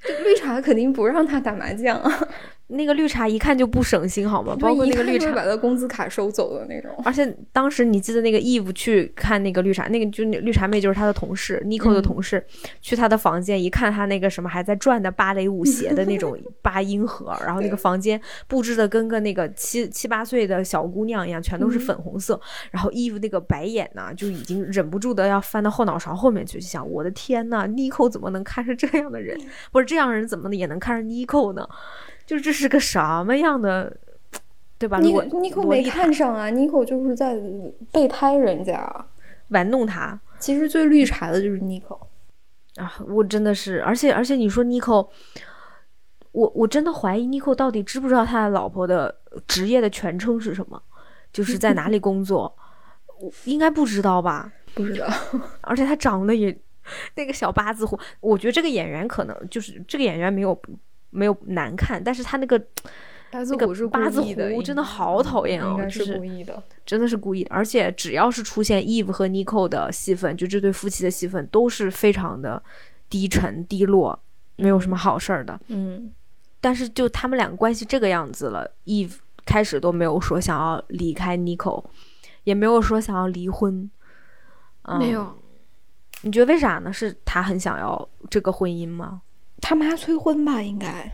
对绿茶肯定不让他打麻将啊，那个绿茶一看就不省心，好吗？就 包括一那个看绿就会茶，把他工资卡收走的那种。而且当时你记得那个 Eve 去看那个绿茶，那个就那绿茶妹就是她的同事 n i c o 的同事，嗯去她的房间一看，她那个什么还在转的芭蕾舞鞋的那 种八音盒，然后那个房间布置的跟个那个七七八岁的小姑娘一样，全都嗯是粉红色。然后 Eve 那个白眼呐，就已经忍不住的要翻到后脑勺后面去，就想我的天呐 n i c o 怎么能看上这样的嗯人？不是这样的人怎么也能看上 n i c o 呢？就这是个什么样的？对吧？尼我尼可没看上啊，尼可就是在背拍人家。啊玩弄他，其实最绿茶的就是 Nico，啊，我真的是，而且而且你说 Nico，我我真的怀疑 Nico 到底知不知道他的老婆的 职业的全称是什么，就是在哪里工作，我应该不知道吧？不知 道，而且他长得也 那个小八字胡，我觉得这个演员可能就是这个演员没有没有难看，但是他那个八那字个胡是故八字意的胡真应的好讨厌应哦，该就是故是意的。真的是故意的。而且只要是出现 Eve 和 Nico 的戏份，就这对夫妻的戏份都是非常的低沉低落，没有什么好事儿的。嗯但是就他们俩关系这个样子了，Eve 开始都没有说想要离开 Nico，也没有说想要离婚，嗯、没有。你觉得为啥呢？是他很想要这个婚姻吗？他妈催婚吧，应该。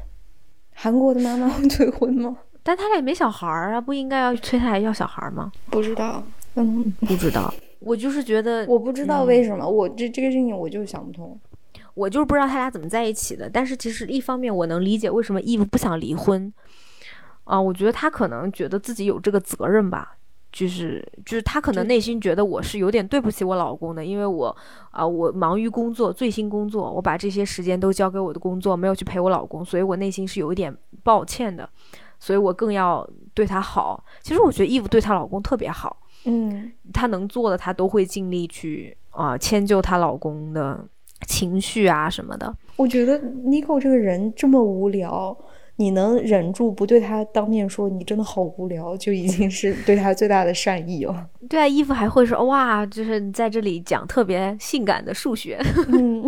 韩国的妈 妈会催婚吗？但他俩也没小孩儿啊，不应该要催他俩要小孩儿吗？不知道，嗯，不知道，我就是觉得我不知道为什么，我这这个事情我就是想不通。我就是不知道他俩怎么在一起的。但是其实一方面我能理解为什么 Eve 不想离婚，啊、我觉得他可能觉得自己有这个责任吧，就是就是他可能内心觉得我是有点对不起我老公的，因为我啊、我忙于工作，最新工作，我把这些时间都交给我的工作，没有去陪我老公，所以我内心是有一点抱歉的，所以我更要对他好。其实我觉得 Eve 对她老公特别好。嗯她能做的，她都会尽力去啊、迁就她老公的情绪啊什么的。我觉得 Nico 这个人这么无聊，你能忍住不对他当面说你真的好无聊，就已经 是对他最大的善意了。对啊，伊芙还会说哇，就是你在这里讲特别性感的数学， 嗯，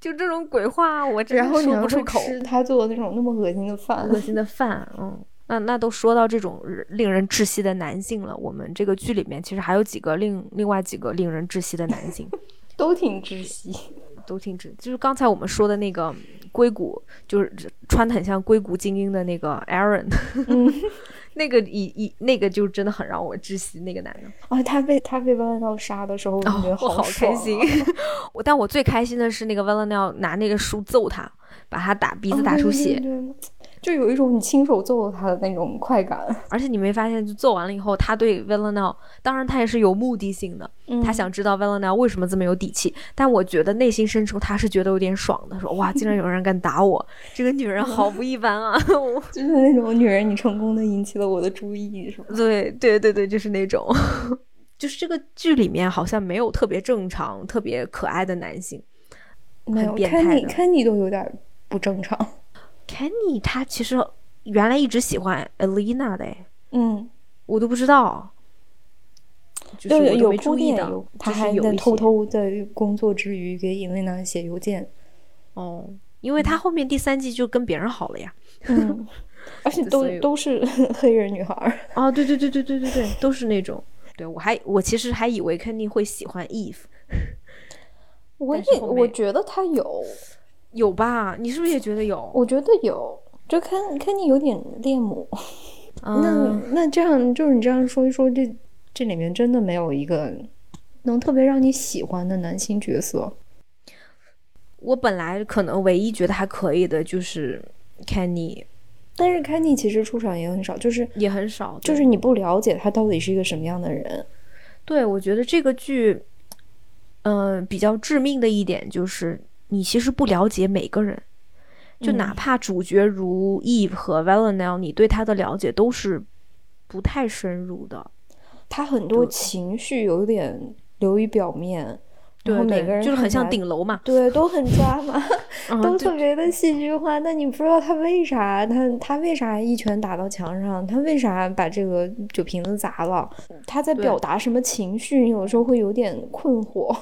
就这种鬼话，我真然后的你说还不出会口。吃他做的那种那么恶心的饭，恶心的饭，嗯，那那都说到这种令人窒息的男性了。我们这个剧里面其实还有几个另另外几个令人窒息的男性，都挺窒息。都挺直。就是刚才我们说的那个硅谷，就是穿的很像硅谷精英的那个 Aaron，、那嗯 个以以那个就真的很让我窒息。那个男的，啊，他被他被弯刀杀的时候，我觉得我好爽开啊心。我但我最开心的是那个 v a l e n i 拿那个书揍他，把他打鼻子打出血。哦对对对对就有一种你亲手揍了他的那种快感。而且你没发现，就揍完了以后，他对 v a l e n i 当然他也是有目的性的，嗯他想知道 v a l e n i 为什么这么有底气。但我觉得内心深处他是觉得有点爽的，说哇，竟然有人敢打我，这个女人好不一般啊！ 我就是那种女人，你成功的引起了我的注意，是吧？对对对对，就是那种， 就是这个剧里面好像没有特别正常、特别可爱的男性。没有，变看态你的看你都有点不正常。 Kenny 他其实原来一直喜欢 Elena 的诶，哎嗯，我都不知道，就是对，我都有没铺注意垫，的有，他就是还有在一偷些偷在工作之余给尹丽娜写邮件。哦，因为他后面第三季就跟别人好了呀。嗯，而且都所以都是 黑人女孩儿。哦，对对对对对对对，都是那种。对我还我其实还以为 Kenny 会喜欢 Eve，我但是也后面我觉得他有，有吧？你是不是也觉得有？我觉得有。就看看你有点恋母，那嗯，那这样就是你这样说一说，这这里面真的没有一个能特别让你喜欢的男性角色。我本来可能唯一觉得还可以的就是 Kenny，但是坎妮其实出场也很少，就是也很少。对就是你不了解他到底是一个什么样的人。对，我觉得这个剧，嗯、比较致命的一点就是你其实不了解每个人，就嗯哪怕主角如 Eve 和 v a l e n i l 你对他的了解都是不太深入的。他很多对情绪有点流于表面，对然后对，每个人就是看很起来像顶楼嘛，对都很抓 马，嗯都对特别的戏剧化。但你不知道他为啥，他他为啥一拳打到墙上，他为啥把这个酒瓶子砸了，他在嗯对表达什么情绪，你有时候会有点困惑。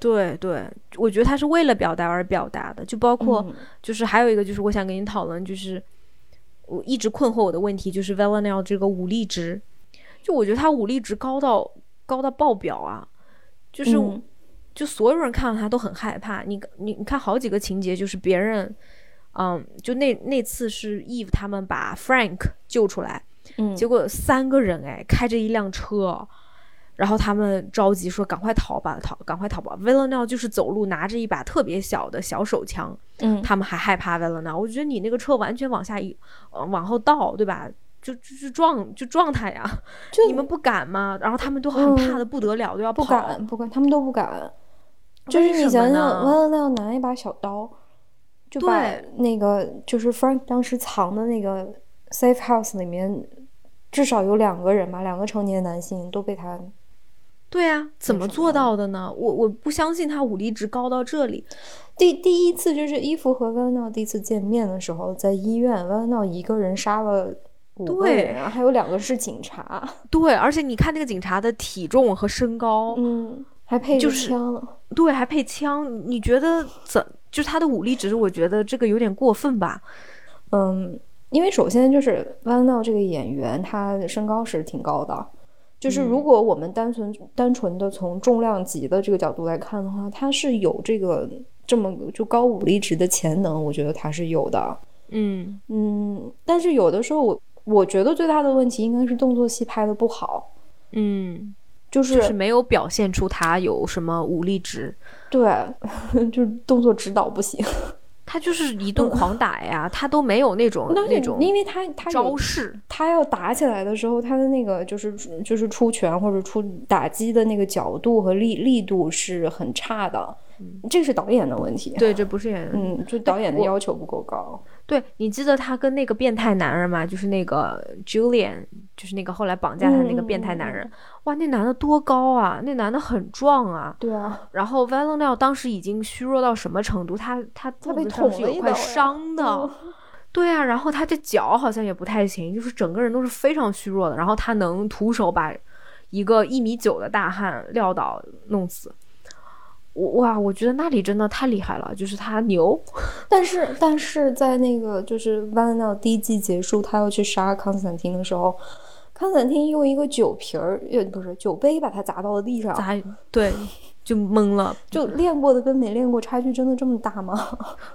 对对，我觉得他是为了表达而表达的，就包括嗯就是还有一个就是我想跟你讨论，就是我一直困惑我的问题就是 v a l e n i l 这个武力值，就我觉得他武力值高到高到爆表啊，就是、嗯就所有人看到他都很害怕。你你你看好几个情节，就是别人，嗯，就那那次是 Eve 他们把 Frank 救出来，嗯结果三个人哎开着一辆车，然后他们着急说赶快逃吧，逃赶快逃吧。v i l l a n e 就是走路拿着一把特别小的小手枪，嗯，他们还害怕 v i l l a n e 我觉得你那个车完全往下一、呃、往后倒，对吧？就就就撞就撞他呀！就嗯你们不敢吗？然后他们都很怕的不得了，都要跑。不敢，不敢，他们都不敢。就是为你什想么想，呢万万要拿一把小刀，就把对那个就是 Frank 当时藏的那个 safe house 里面，至少有两个人吧，两个成年男性都被他对啊，怎么什么做到的呢？我我不相信他武力值高到这里。第第一次就是伊芙和万万诺第一次见面的时候，在医院，万万诺一个人杀了五个对人，然后还有两个是警察，对，而且你看那个警察的体重和身高，嗯，还配就着是枪呢。对，还配枪，你觉得怎？就是他的武力值，我觉得这个有点过分吧。嗯，因为首先就是万万诺这个演员，他身高是挺高的。就是嗯如果我们单纯、单纯的从重量级的这个角度来看的话，他是有这个这么就高武力值的潜能，我觉得他是有的。嗯，嗯，但是有的时候我我觉得最大的问题应该是动作戏拍的不好，嗯，就是就是没有表现出他有什么武力值，对， 就是动作指导不行。他就是一顿狂打呀，他都没有那种但是那种嗯因为他他有招式。他要打起来的时候，他的那个就是就是出拳或者出打击的那个角度和力力度是很差的，这是导演的问题。，对，这不是演员。嗯，就导演的我要求不够高。对你记得他跟那个变态男人吗？就是那个 Julian，就是那个后来绑架他的那个变态男人。嗯哇，那男的多高啊！那男的很壮啊。对啊，然后 v a l e n l 当时已经虚弱到什么程度？他他他肚被子捅上是了有一块刀呀哦伤的。对啊，然后他这脚好像也不太行，就是整个人都是非常虚弱的。然后他能徒手把一个一米九的大汉撂倒弄死。我哇，我觉得那里真的太厉害了，就是他牛。但是但是在那个就是《万能》第一季结束，他要去杀康斯坦丁的时候，康斯坦丁用一个酒瓶儿，呃，不是酒杯，把他砸到了地上。咋 对就懵了。就练过的跟没练过差距真的这么大吗？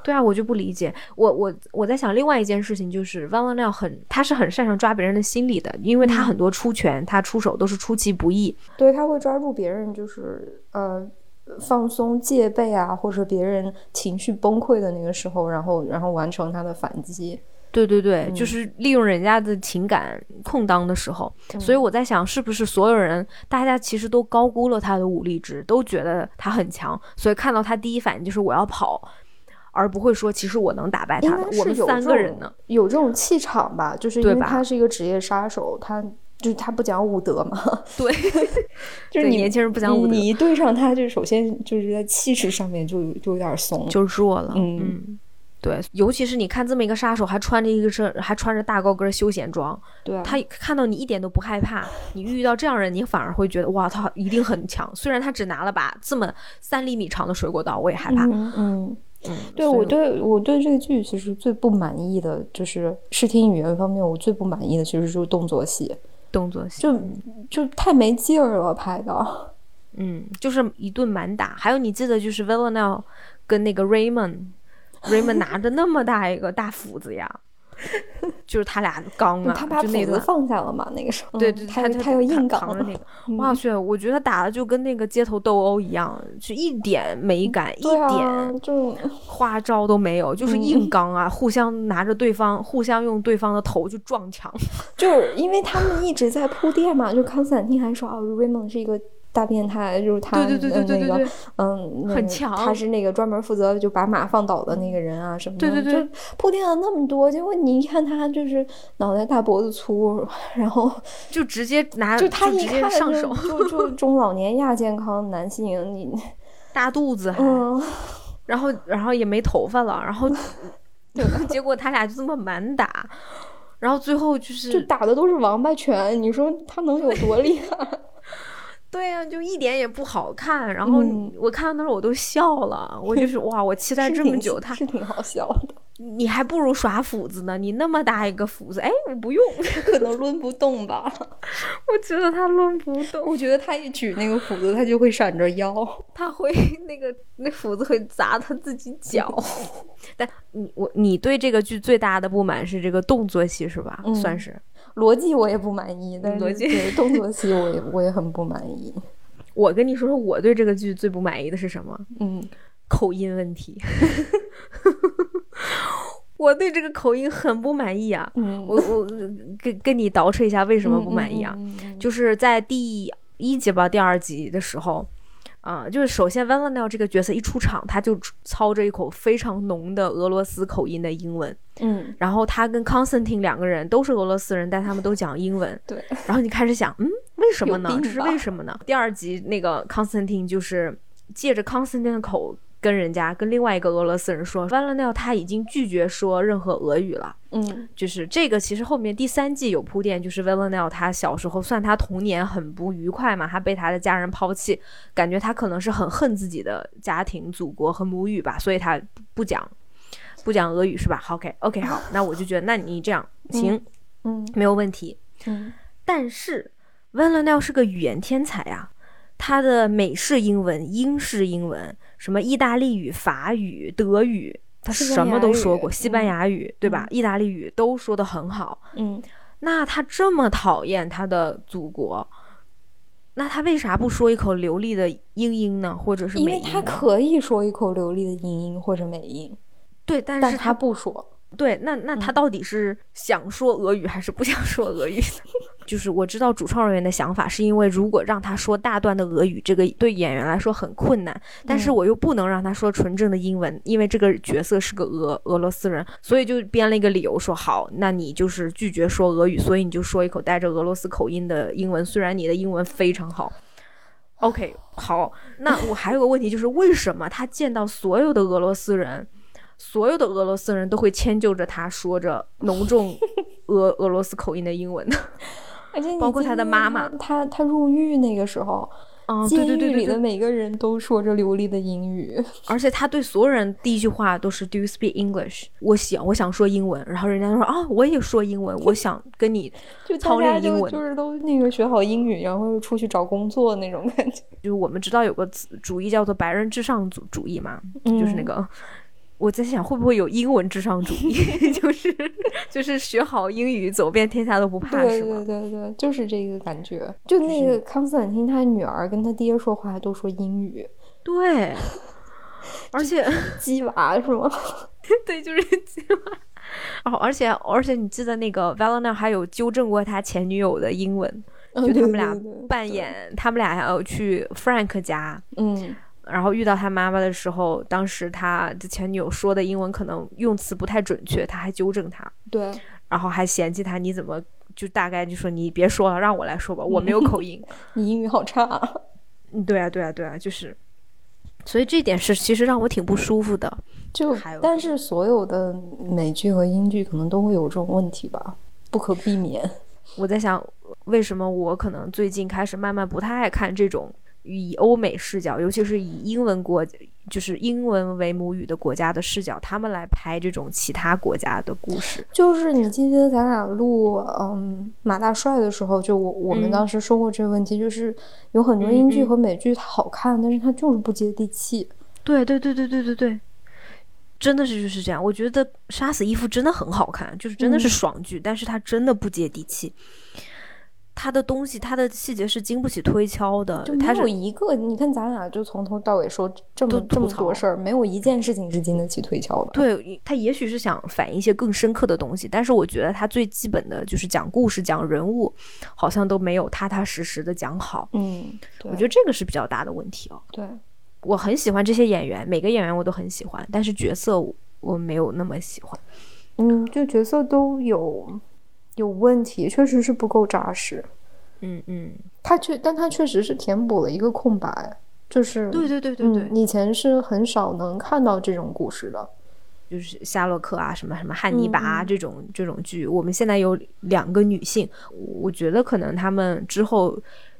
对啊，我就不理解。我我我在想另外一件事情，就是万万料很他是很擅长抓别人的心理的，因嗯为他很多出拳，他出手都是出其不意。对，他会抓住别人就是呃放松戒备啊，或者别人情绪崩溃的那个时候，然后然后完成他的反击。对对对，嗯就是利用人家的情感空档的时候，嗯所以我在想，是不是所有人大家其实都高估了他的武力值，都觉得他很强，所以看到他第一反应就是我要跑，而不会说其实我能打败应他的该。我是们有三这个人种 呢，有这种气场吧，就是因对为吧他是一个职业杀手，他就是他不讲武德嘛，对，就是对你年轻人不讲武德你你一对上他，就首先就是在气势上面就 就有点怂，就弱了。嗯对，尤其是你看这么一个杀手，还穿着一个身，还穿着大高跟休闲装，对啊，他看到你一点都不害怕，你遇到这样人，你反而会觉得哇，他一定很强。虽然他只拿了把这么三厘米长的水果刀，我也害怕。嗯嗯。嗯所对以我对我对这个剧其实最不满意的就是视听语言方面，我最不满意的其实就是动作戏，动作戏，就就太没劲儿了，拍的。嗯，就是一顿满打。还有你记得就是 v i l l a n e l 跟那个 Raymond。Raymond 拿着那么大一个大斧子呀，就是他俩刚啊，嗯他把就斧那子段放下了嘛？那个时候，对嗯对，他他他又硬嗯扛着刚，那个，哇塞！我觉得打的就跟那个街头斗殴一样，就一点美感，一对啊嗯点，就 花招都没有，就是硬刚啊，互相拿着对方，互相用对方的头去撞墙。就是因为他们一直在铺垫嘛，就康斯坦丁还说啊，Raymond 是一个。大变态就是他，对对对对对对那对个，嗯，那很个强他是那个专门负责就把马放倒的那个人啊，什么的，对对对就铺垫了那么多，结果你一看他就是脑袋大脖子粗，然后就直接拿，呃就他直一接看上就手，就 就中老年亚健康男性， 你大肚子还，嗯，然后然后也没头发了，然 后结果他俩就这么满打，然后最后就是就打的都是王八拳，你说他能有多 厉害？对呀、就一点也不好看。然后嗯我看到那儿我都笑了， 我就是哇，我期待是这么挺久，他是挺好笑 的，你还不如耍斧子呢，你那么大一个斧子，哎，我不用， 可能抡不动 吧。我觉得他抡不动，我觉得他一举那个斧子，他就会闪着腰。他会那个那斧子会砸他自 己脚。但你我你对这个剧最大的不满是这个动作戏是吧？嗯算是逻辑我也不满意，但是逻辑对动作戏 我也我也很不满意。我跟你说说我对这个剧最不满意的是什么？嗯，口音问题。 我对这个口音很不满意啊！嗯我我跟跟你捯饬一下为什么不满意啊？嗯？嗯嗯就是在第一集吧，第二集的时候，啊、就是首先 v a l e n i l 这个角色一出场，他就操着一口非常浓的俄罗斯口音的英文，嗯， 然后他跟 Constantine 两个人都是俄罗斯人，但他们都讲英文，对，然后你开始想，嗯，为什么呢有？这病是吧为什么呢？第二集那个 Constantine 就是借着 Constantine 的口跟人家跟另外一个俄罗斯人说 v a l e n i 他已经拒绝说任何俄语了。嗯就是这个，其实后面第三季有铺垫，就是 v i l l a n e l 他小时候算他童年很不愉快嘛，他被他的家人抛弃，感觉他可能是很恨自己的家庭、祖国和母语吧，所以他不讲不讲俄语是吧？OK OK 好，那我就觉得那你这样行、嗯没有问题。嗯但是 v i l l a n e l 是个语言天才啊，他的美式英文、英式英文、什么意大利语、法语、德语。他西班什么牙都说语过，西班嗯牙语、对吧？意大利语都说得很好，嗯，那他这么讨厌他的祖国，那他为啥不说一口流利的英音呢？或者是因美为音啊呢？他可以说一口流利的英音或者美音，对，但但是他不说。对，那那他到底是想说俄语还是不想说俄语呢？ 就是我知道主创人员的想法，是因为如果让他说大段的俄语，这个对演员来说很困难，但是我又不能让他说纯正的英文，因为这个角色是个俄俄罗斯人，所以就编了一个理由说好，那你就是拒绝说俄语，所以你就说一口带着俄罗斯口音的英文，虽然你的英文非常好。OK，好，那我还有个问题就是，为什么他见到所有的俄罗斯人，所有的俄罗斯人都会迁就着他说着浓重 俄俄罗斯口音的英文呢？而且你包括他的记得妈妈他他入狱那个时候， 啊，对监对狱对对里的对，每个人都说着流利的 英语。而且他对所有人第一句话都是 Do you speak English？我想我想说英文，然后人家就说啊、我也说英 文，我想跟你就操大练家英就文就是都那个学好英语，然后又出去找工作那种感觉。就是我们知道有个词主义叫做白人至上主主义嘛，就是那个。我在想，会不会有英文至上主 义？就是就是学好英语，走遍天下都不怕，对是吗对？对对，就是这个感觉。就那个康斯坦丁他女儿跟他爹说话都说英语， 对，而且鸡娃是吗？ 对，就是鸡巴。 哦，而且而且，你记得那个 Valena 还有纠正过他前女友的英 文，就嗯他们俩哦对对对扮演，他们俩还要去 Frank 家，嗯然后遇到他妈妈的时候，当时他的前女友说的英文可能用词不太准确，他还纠正他，对，然后还嫌弃他，你怎么就大概就说你别说了，让我来说吧，我没有口 音。你英语好差啊。嗯，对啊，对啊，对啊，就是，所以这点是其实让我挺不舒服的。就还有但是所有的美剧和英剧可能都会有这种问题吧，不可避免。 我在想，为什么我可能最近开始慢慢不太爱看这种以欧美视角，尤其是以英文国，就是英文为母语的国家的视角，他们来拍这种其他国家的故事。就是你记得咱俩录嗯马大帅的时候，就我我们嗯当时说过这个问题，就是有很多嗯英剧嗯和美剧它好看，但是它就是不接地气。对对对对对对对，真的是就是这样。我觉得《杀死伊芙》真的很好看，就是真的是嗯爽剧，但是它真的不接地气。它的东西，它的细节是经不起推敲的就，它没是有一个，你看咱俩就从头到尾说这都么吐这么槽多事儿，没有一件事情是经得起推敲的。，对他也许是想反映一些更深刻的东西，但是我觉得他最基本的就是讲故事、讲人物，好像都没有踏踏实实的讲好。嗯，对我觉得这个是比较大的问题哦。对，我很喜欢这些演员，每个演员我都很喜欢，但是角色我我没有那么喜欢。嗯，就角色都有有问题，确实是不够扎实。嗯嗯，他确，但他确实是填补了一个空白，就是对对对对对，嗯，以前是很少能看到这种故事的。就是夏洛克啊，什么什么汉尼拔、啊嗯嗯这种这种剧，我们现在有两个女性，我觉得可能他们之后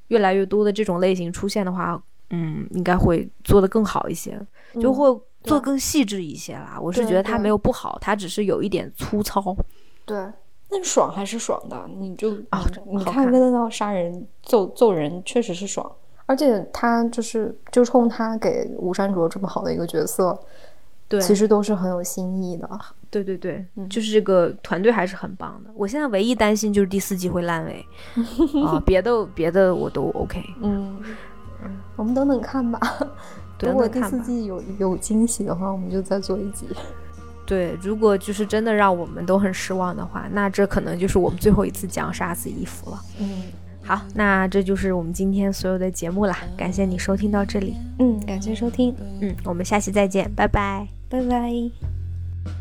越来越多的这种类型出现的话，嗯，应该会做得更好一些，就嗯会做对更细致一些啦。我是对觉得它对没有不好，它只是有一点粗糙。对，但爽还是爽的，你就啊你你好看看温德道杀人揍揍人确实是爽，而且他就是就冲他给吴山卓这么好的一个角色，对，其实都是很有新意的。对对对，嗯就是这个团队还是很棒的。我现在唯一担心就是第四季会烂 尾啊、别的别的我都 OK。嗯，我们等等看吧。对如果那第看四吧季有有惊喜的话，我们就再做一集。对，如果就是真的让我们都很失望的话，那这可能就是我们最后一次讲杀死伊芙了。嗯好，那这就是我们今天所有的节目啦，感谢你收听到这里，嗯，感谢收听，嗯，我们下期再见，拜拜。拜拜。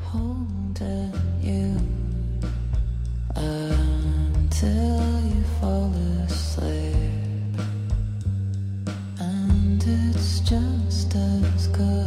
holding you until you fall asleep. it's just as good.